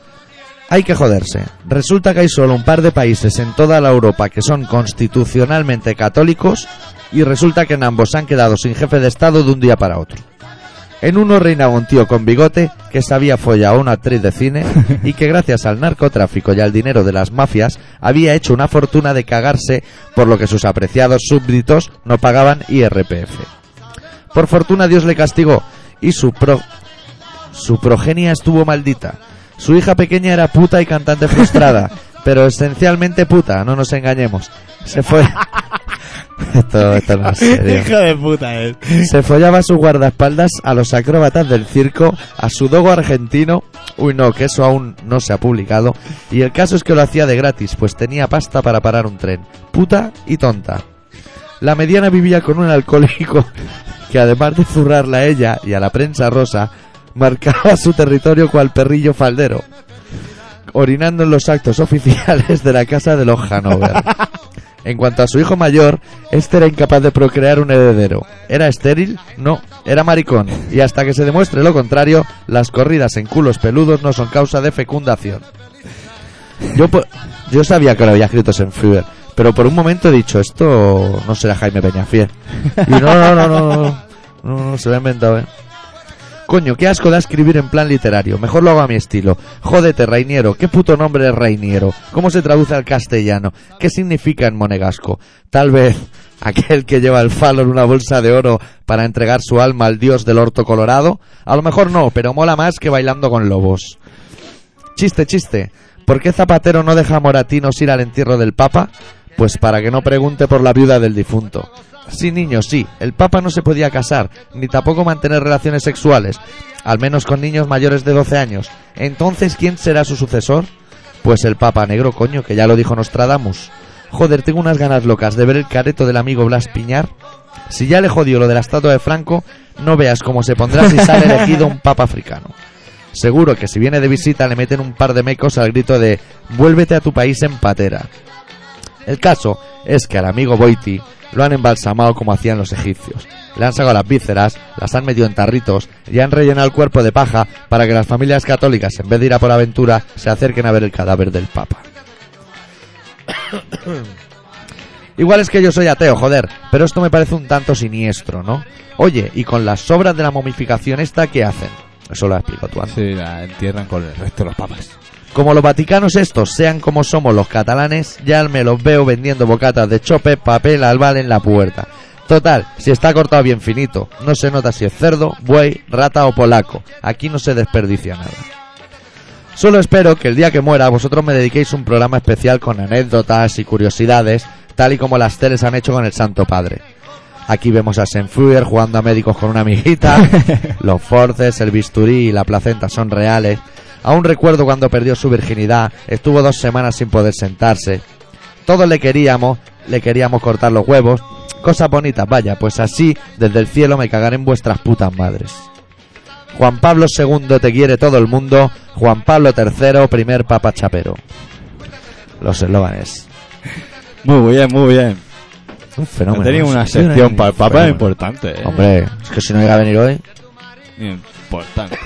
Hay que joderse. Resulta que hay solo un par de países en toda la Europa que son constitucionalmente católicos y resulta que en ambos han quedado sin jefe de Estado de un día para otro. En uno reinaba un tío con bigote que se había follado a una actriz de cine y que gracias al narcotráfico y al dinero de las mafias había hecho una fortuna de cagarse por lo que sus apreciados súbditos no pagaban IRPF. Por fortuna Dios le castigó y su pro- su progenia estuvo maldita. Su hija pequeña era puta y cantante frustrada, pero esencialmente puta, no nos engañemos. Se fue. esto, esto no es serio. de puta eh. es. Se follaba a sus guardaespaldas, a los acróbatas del circo, a su dogo argentino. Uy, no, que eso aún no se ha publicado. Y el caso es que lo hacía de gratis, pues tenía pasta para parar un tren. Puta y tonta. La mediana vivía con un alcohólico que, además de zurrarla a ella y a la prensa rosa, marcaba su territorio cual perrillo faldero, orinando en los actos oficiales de la casa de los Hanover. En cuanto a su hijo mayor, este era incapaz de procrear un heredero. ¿Era estéril? No, era maricón. Y hasta que se demuestre lo contrario, las corridas en culos peludos no son causa de fecundación. Yo, po- yo sabía que lo había escrito Senfuer, pero por un momento he dicho, esto no será Jaime Peñafiel. Y no, no, no, no, no, no, no, se lo ha inventado, eh. Coño, qué asco da escribir en plan literario. Mejor lo hago a mi estilo. Jódete, Reiniero. ¿Qué puto nombre es Reiniero? ¿Cómo se traduce al castellano? ¿Qué significa en monegasco? Tal vez aquel que lleva el falo en una bolsa de oro para entregar su alma al dios del orto colorado. A lo mejor no, pero mola más que bailando con lobos. Chiste, chiste. ¿Por qué Zapatero no deja a Moratinos ir al entierro del Papa? Pues para que no pregunte por la viuda del difunto. Sí, niños, sí. El Papa no se podía casar, ni tampoco mantener relaciones sexuales, al menos con niños mayores de 12 años. Entonces, ¿quién será su sucesor? Pues el Papa Negro, coño, que ya lo dijo Nostradamus. Joder, tengo unas ganas locas de ver el careto del amigo Blas Piñar. Si ya le jodió lo de la estatua de Franco, no veas cómo se pondrá si sale elegido un papa africano. Seguro que si viene de visita le meten un par de mecos al grito de vuélvete a tu país en patera. El caso es que al amigo Boiti lo han embalsamado como hacían los egipcios. Le han sacado las vísceras, las han metido en tarritos y han rellenado el cuerpo de paja para que las familias católicas, en vez de ir a por aventura, se acerquen a ver el cadáver del Papa. Igual es que yo soy ateo, joder, pero esto me parece un tanto siniestro, ¿no? Oye, ¿y con las sobras de la momificación esta qué hacen? Eso lo explico tú antes. Sí, la entierran con el resto de los papas. Como los vaticanos estos sean como somos los catalanes, ya me los veo vendiendo bocatas de chope, papel, albal en la puerta. Total, si está cortado bien finito, no se nota si es cerdo, buey, rata o polaco. Aquí no se desperdicia nada. Solo espero que el día que muera vosotros me dediquéis un programa especial con anécdotas y curiosidades, tal y como las teles han hecho con el Santo Padre. Aquí vemos a Senfuer jugando a médicos con una amiguita. Los forces, el bisturí y la placenta son reales. Aún recuerdo cuando perdió su virginidad. Estuvo dos semanas sin poder sentarse. Todos le queríamos, le queríamos cortar los huevos. Cosas bonitas, vaya, pues así desde el cielo me cagaré en vuestras putas madres. Juan Pablo II te quiere todo el mundo. Juan Pablo III, primer papa chapero. Los eslóganes. Muy bien, muy bien. Un fenómeno. Tenía una sección para el Papa Fenómeno. importante. ¿eh? Hombre, es que si no llega a venir hoy. Importante.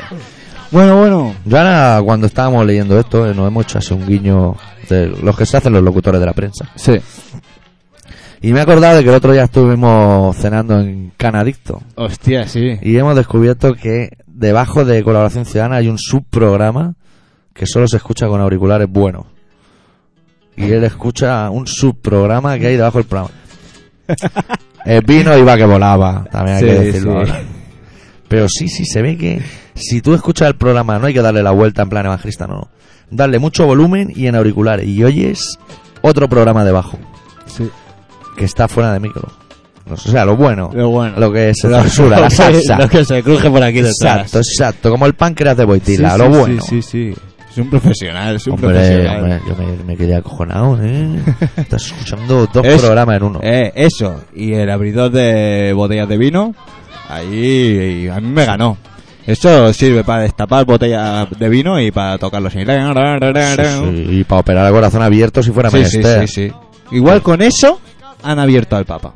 Bueno, bueno. Yo ahora, cuando estábamos leyendo esto, eh, nos hemos hecho así un guiño de los que se hacen los locutores de la prensa. Sí. Y me he acordado de que el otro día estuvimos cenando en Canadicto Hostia, sí. y hemos descubierto que debajo de Colaboración Ciudadana hay un subprograma que solo se escucha con auriculares buenos. Y él escucha un subprograma que hay debajo del programa. El vino iba que volaba, también hay que Sí, decirlo sí. ahora. Pero sí, sí, se ve que si tú escuchas el programa no hay que darle la vuelta en plan evangelista, no. no. Darle mucho volumen y en auriculares. Y oyes otro programa debajo. Sí. Que está fuera de micro. No sé, o sea, lo bueno. Lo bueno. Lo que se censura, la salsa. Lo que se cruje por aquí detrás. Exacto, exacto. Como el páncreas de Boitila, lo bueno. Sí, sí, sí. Es un profesional, es un Hombre, profesional. hombre, yo me, me quedé acojonado, ¿eh? Estás escuchando dos Es- programas en uno. Eh, eso, y el abridor de botellas de vino, ahí a mí me ganó. Eso sirve para destapar botellas de vino y para tocarlos. Sí, Sí, sí, y para operar al corazón abierto si fuera sí, sí, menester. sí, sí. Igual con eso han abierto al Papa.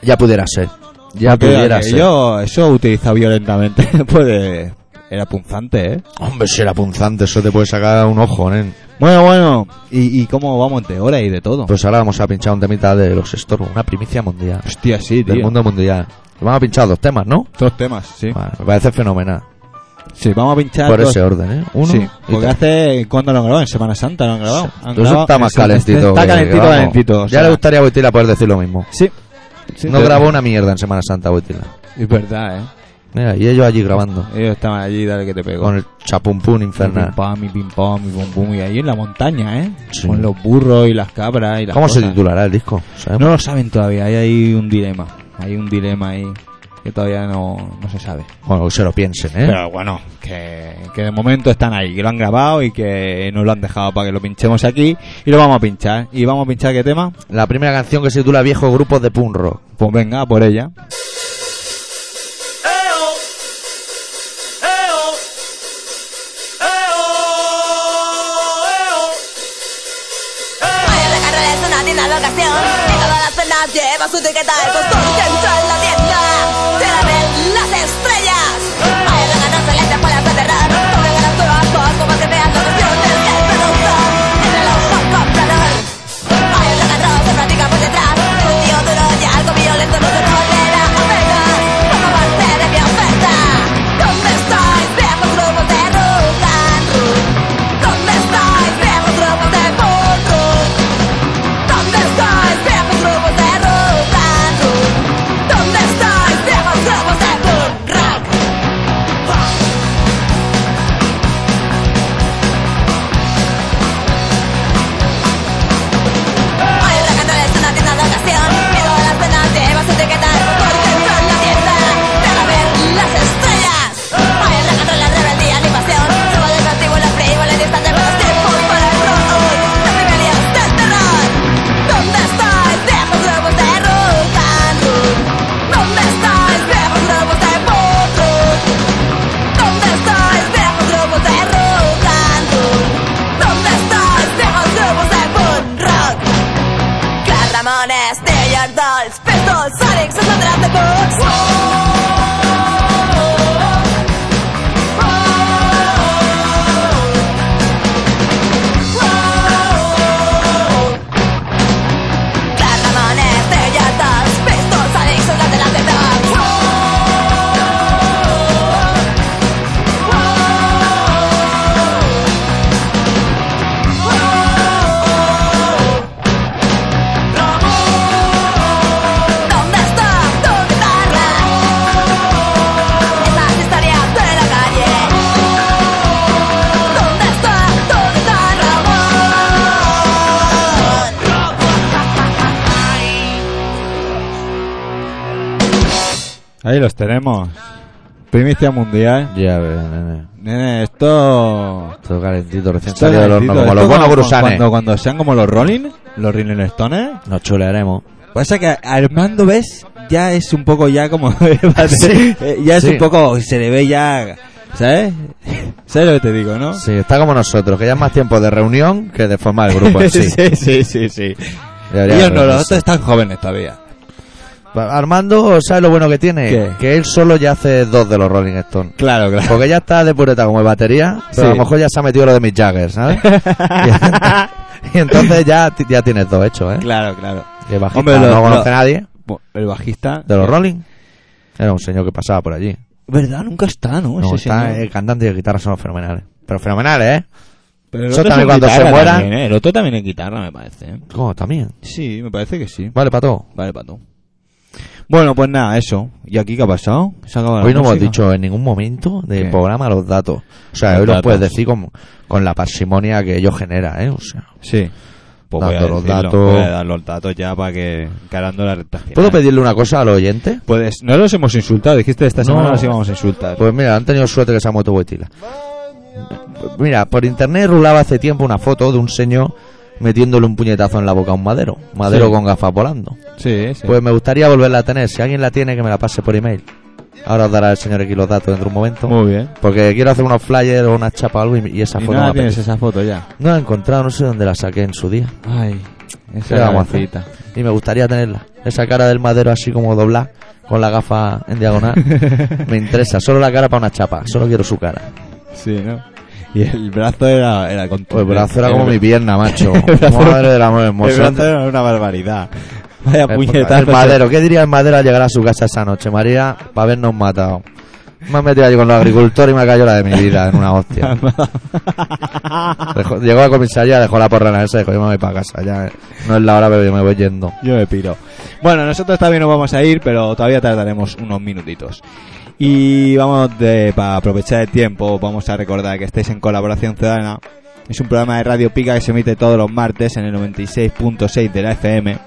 Ya pudiera ser. Ya Porque pudiera ser. aquello- eso utilizado violentamente. Puede. Era punzante, ¿eh? Hombre, si era punzante, eso te puede sacar un ojo, ¿eh? Bueno, bueno. ¿Y, y cómo vamos de hora y de todo? Pues ahora vamos a pinchar un temita de los estorbos, una primicia mundial. Hostia, sí, Del tío. mundo mundial. Vamos a pinchar dos temas, ¿no? Dos temas, sí. Vale, me parece fenomenal. Sí, vamos a pinchar Por dos ese orden, ¿eh? Uno. sí, y porque tres. hace cuando lo han grabado, en Semana Santa lo han grabado. Han Entonces grabado está en más Semana- calentito. Está que- calentito, vamos. calentito. o Ya sea, le gustaría a Boitila poder decir lo mismo. Sí. Sí, no te- grabó una mierda en Semana Santa, Boitila. Es verdad, eh. Mira, y ellos allí grabando. Ellos estaban allí, dale que te pego. Con el chapumpún infernal. Pim pam, y pim pam, y bum bum, y ahí en la montaña, eh. Sí. Con los burros y las cabras y las ¿Cómo se cosas. titulará el disco? ¿Sabemos? No lo saben todavía, hay ahí un dilema. Hay un dilema ahí que todavía no, no se sabe. Bueno, que se lo piensen, ¿eh? Pero bueno, que, que de momento están ahí, que lo han grabado y que nos lo han dejado para que lo pinchemos aquí y lo vamos a pinchar. ¿Y vamos a pinchar qué tema? La primera canción que se titula Viejos Grupos de Punk Rock. Pues venga, a por ella. Mayor de carrera es una tienda de ocasión Y todas las cenas lleva su etiqueta El costor dentro en la tienda Tírame las estrellas Mayor de ganas celestes para enterrar Sobre ganas turcos como si vean condiciones que producen El reloj por comprador Mayor de ganas se practica por detrás Un tío duro y algo violento no se tolera apenas Como parte de mi oferta ¿Dónde estoy? Viejos grupos de rock and roll ¿Dónde estoy? Viejos grupos de punk rock ¿Dónde estoy? Viejos grupos de rock and roll. ¿Dónde estoy? Ahí los tenemos. Primicia mundial. Ya ves, nene. Nene, esto. Todo calentito, recién esto salido del horno, calentito, como esto los buenos gurusanes. cuando, cuando sean como los Rolling, los Rolling Stones. Nos chulearemos. Pasa que Armando, ¿ves? Ya es un poco ya como... eh, ya es sí. un poco... Se le ve ya... ¿Sabes? ¿Sabes lo que te digo, no? Sí, está como nosotros, que ya es más tiempo de reunión que de formar el grupo en sí. sí, sí, sí, sí. Debería Ellos no, los reunirse. otros están jóvenes todavía. Armando, ¿sabes lo bueno que tiene? ¿Qué? Que él solo ya hace dos de los Rolling Stones. Claro, claro. Porque ya está de pureta como de batería, pero Sí. a lo mejor ya se ha metido lo de Mick Jagger, ¿sabes? y, entonces ya, ti- ya tienes dos hechos, ¿eh? Claro, claro. Que el bajista Hombre, lo- no conoce lo- nadie Bu- El bajista... de los Rolling. Era un señor que pasaba por allí. ¿Verdad? Nunca está, ¿no? No, Ese está- Pues eh, señor. el cantante y el guitarra son fenomenales. Pero fenomenales, ¿eh? Pero el eso otro es también en cuando se guitarra muera- también, ¿eh? El otro también es guitarra, me parece. ¿eh? ¿Cómo? oh, También. Sí, me parece que sí. Vale, Pato. Vale, pato. Bueno, pues nada, eso. ¿Y aquí qué ha pasado? ¿Se ha acabado la Hoy no hemos música? dicho en ningún momento del pues ¿Qué? programa los datos. O sea, Los hoy datos. los puedes decir con, con la parsimonia que ello genera, ¿eh? O sea, Sí. Pues voy a Dando los decirlo, datos. Voy a dar los datos ya para que carando la recta final. ¿Puedo pedirle una cosa al oyente? Pues no los hemos insultado. Dijiste esta No. semana los íbamos a insultar. Pues mira, han tenido suerte que se ha muerto Boitila. Mira, por internet rulaba hace tiempo una foto de un señor metiéndole un puñetazo en la boca a un madero. Madero Sí. con gafas volando. sí, sí. Pues me gustaría volverla a tener. Si alguien la tiene, que me la pase por email. Ahora os dará el señor aquí los datos dentro de un momento. Muy bien. Porque quiero hacer unos flyers o una chapa o algo y, y esa Y foto nada, me tienes apetece. esa foto ya. No la he encontrado, no sé dónde la saqué en su día. Ay, ¿Qué esa le vamos a hacer? cabecita. Y me gustaría tenerla. Esa cara del madero así como doblada, con la gafa en diagonal. me interesa. Solo la cara para una chapa. Solo quiero su cara. Sí, ¿no? Y el brazo era, era con Pues el brazo era como el- mi pierna, macho. brazo- Madre del amor El hermoso. brazo era una barbaridad. Vaya El- puñetazo. el madero. ¿Qué diría el madero al llegar a su casa esa noche, María? Para habernos matado. Me han metido allí con los agricultores y me ha caído la de mi vida en una hostia. Dejó- llegó a la comisaría, dejó la porrana esa y dijo, yo me voy para casa. Ya eh. no es la hora, pero yo me voy yendo. Yo me piro. Bueno, nosotros también nos vamos a ir, pero todavía tardaremos unos minutitos. Y vamos, de, para aprovechar el tiempo, vamos a recordar que estáis en Colaboración Ciudadana. Es un programa de Radio Pica que se emite todos los martes en el 96.6 de la FM.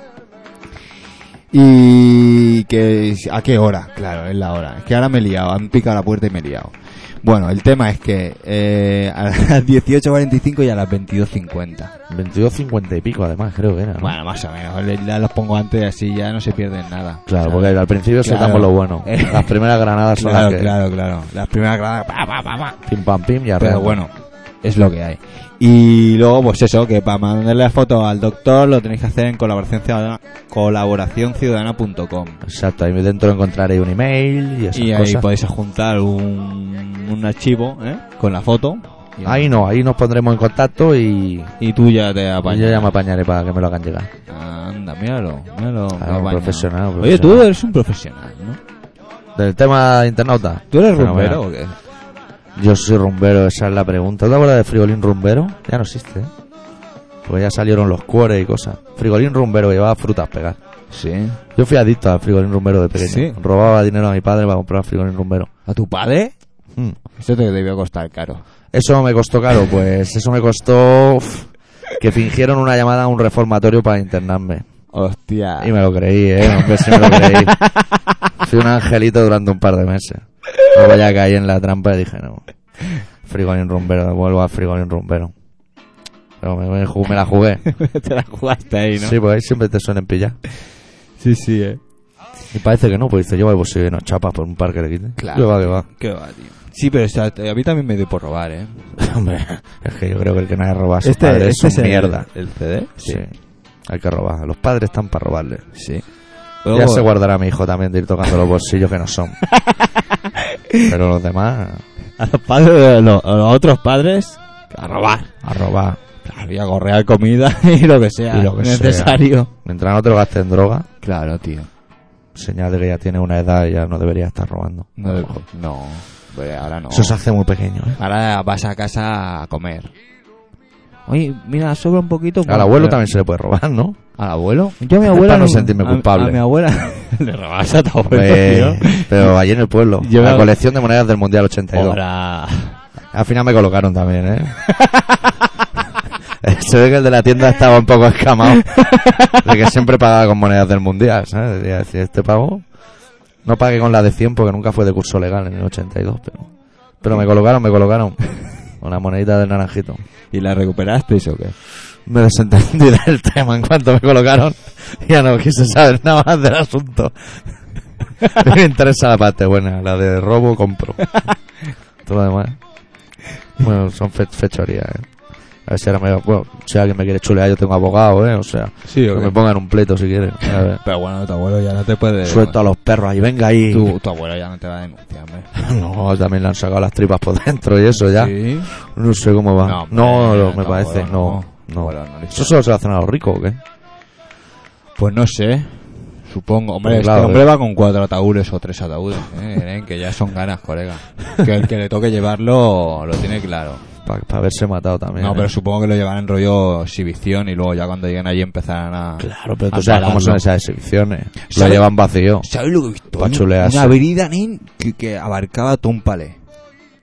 Y que... ¿A qué hora? Claro, es la hora. Es que ahora me he liado, han picado la puerta y me he liado. Bueno, el tema es que eh, a las 18.45 y a las 22.50. 22.50 y pico, además, creo que era. ¿no? Bueno, más o menos. Le- Ya los pongo antes así ya no se pierden nada. Claro, ¿sabes? porque al principio Claro. Eh. soltamos lo bueno. Las primeras granadas son Claro, las que claro, claro. Las primeras granadas. pa, pa, pa, pa. pim pam pim y Pero arranca. bueno, es lo que hay. Y luego, pues eso, que para mandarle la foto al doctor lo tenéis que hacer en colaboración ciudadana, colaboracionciudadana.com. Exacto, ahí dentro encontraréis un email y esas Y ahí cosas. podéis adjuntar un, un archivo ¿eh? con la foto. Y, Ahí no, ahí nos pondremos en contacto y, y tú ya te y yo apañas. ya me apañaré para que me lo hagan llegar. Anda, míralo, míralo. Claro, me apaña. Ah, profesional, Oye, profesional. tú eres un profesional, ¿no? Del tema de internauta. ¿Tú eres Fenomenal. rumbero o qué? Yo soy rumbero, esa es la pregunta. ¿Te acuerdas de Frigolín Rumbero? Ya no existe, ¿eh? Porque ya salieron los cuores y cosas. Frigolín Rumbero que llevaba frutas pegar. Sí. Yo fui adicto al Frigolín Rumbero de pequeño. Sí. Robaba dinero a mi padre para comprar Frigolín Rumbero. ¿A tu padre? Mm. Eso te debió costar caro. Eso me costó caro, pues eso me costó uf, que fingieron una llamada a un reformatorio para internarme. Hostia. Y me lo creí, eh, hombre, sí me lo creí. Fui un angelito durante un par de meses. Luego ya caí en la trampa y dije, no, frigolín rumbero, vuelvo a frigolín rumbero. Pero me, me ju- me la jugué. te la jugaste ahí, ¿no? Sí, pues ahí siempre te suelen pillar. sí, sí, eh. Y parece que no, pues dice, yo voy si no chapas por un parque de quite. Claro. Que va, que va. Qué va, tío. Sí, pero o sea, a mí también me dio por robar, ¿eh? Hombre, es que yo creo que el que no haya robado a su padre es un mierda. Este- El, CD. Sí. Hay que robar. Los padres están para robarle. Sí. Ya se guardará mi hijo también de ir tocando los bolsillos que no son. Pero los demás, a los padres, los, otros padres, a robar. a robar. Claro, y a gorrear comida y lo que sea. Y lo que sea. necesario. Mientras no te lo gastes en droga, Claro, tío. señal de que ya tiene una edad y ya no debería estar robando. No, no. hombre, ahora no. Eso se hace muy pequeño, ¿eh? Ahora vas a casa a comer. Oye, mira, sobra un poquito. Al abuelo también se le puede robar, ¿no? ¿Al abuelo? Yo a mi Es abuela. para no sentirme a- culpable. A, mi abuela. Le robas a tu abuelo, Eh, tío. pero allí en el pueblo. Yo- la colección de monedas del Mundial 82. Ahora. Al final me colocaron también, ¿eh? Se ve que el de la tienda estaba un poco escamado. De que siempre pagaba con monedas del mundial, ¿sabes? Decía, si este pago, No pagué con la de 100 porque nunca fue de curso legal en el 82, pero, pero me colocaron, me colocaron una monedita del naranjito. ¿Y la recuperasteis o qué? Me desentendí del tema en cuanto me colocaron. Ya no quise saber nada más del asunto. me interesa la parte buena, la de robo, compro. Todo lo demás. Bueno, son fe- fechorías, ¿eh? A ver si ahora me. Bueno, si alguien me quiere chulear, yo tengo abogado, ¿eh? O sea, Sí, que me pongan un pleito si quieren. A ver. Pero bueno, tu abuelo ya no te puede... Suelto a los perros ahí, venga ahí. Tu, tu abuelo ya no te va a denunciar, hombre. No, también le han sacado las tripas por dentro y eso ya. ¿Sí? No sé cómo va. No, No, hombre, lo- no, me parece. bueno, No, no. no. Bueno, no le ¿Eso solo se lo hacen a los ricos o qué? Pues no sé. Supongo. Hombre, Pues este claro, hombre eh. va con cuatro ataúdes o tres ataúdes. eh, eh, que ya son ganas, colega. Que el que le toque llevarlo lo tiene claro. Para haberse matado también. No, ¿eh? pero supongo que lo llevarán en rollo exhibición y luego ya cuando lleguen allí empezarán a... Claro, pero a tú sabes cómo son pararlo. esas exhibiciones. Lo ¿Sabes? llevan vacío. ¿Sabes lo que he visto? Pa' Una- chulearse. Una avenida, nen, que, que abarcaba todo un palé.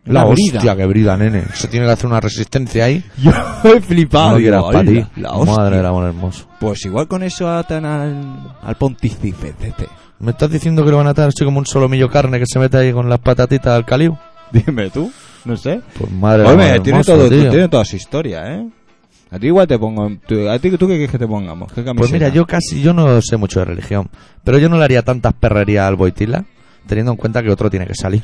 La Una brida. hostia que brida, nene. Se tiene que hacer una resistencia ahí. Yo he flipado. no digo, quieras para "Ay, ti. la- la hostia". Madre del amor hermoso. Pues igual con eso atan al, al pontífice este. ¿Me estás diciendo que lo van a atar así como un solomillo carne que se mete ahí con las patatitas al caliu? Dime tú, no sé. Pues madre del Hombre, amor tiene, hermoso, todo, tío. tiene toda su historia, ¿eh? A ti igual te pongo... en- tú- ¿A ti tú qué quieres que te pongamos? ¿Qué Pues camiseta? mira, yo casi, yo no sé mucho de religión, pero yo no le haría tantas perrerías al Boitila, teniendo en cuenta que otro tiene que salir.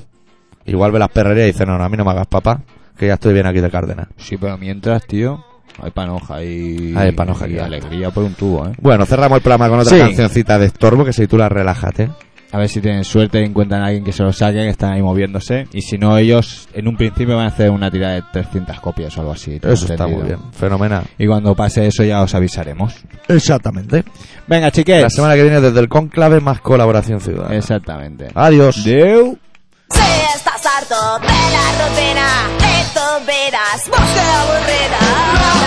Igual ve las perrerías y dice, no, no, a mí no me hagas papá, que ya estoy bien aquí de Cárdenas. Sí, pero mientras, tío... Hay panoja y... Hay panoja, y que- alegría por un tubo, ¿eh? Bueno, cerramos el programa con otra Sí. cancioncita de estorbo que se titula Relájate. A ver si tienen suerte y encuentran a alguien que se lo saque, que están ahí moviéndose. Y si no, ellos en un principio van a hacer una tirada de 300 copias o algo así. tengo Eso está entendido. muy bien, fenomenal. Y cuando pase eso ya os avisaremos. Exactamente. Venga, chiques. La semana que viene desde el Conclave más colaboración ciudadana. Exactamente. Adiós. Deu. Si estás harto de la rutina de tu vida, es más que aburrida.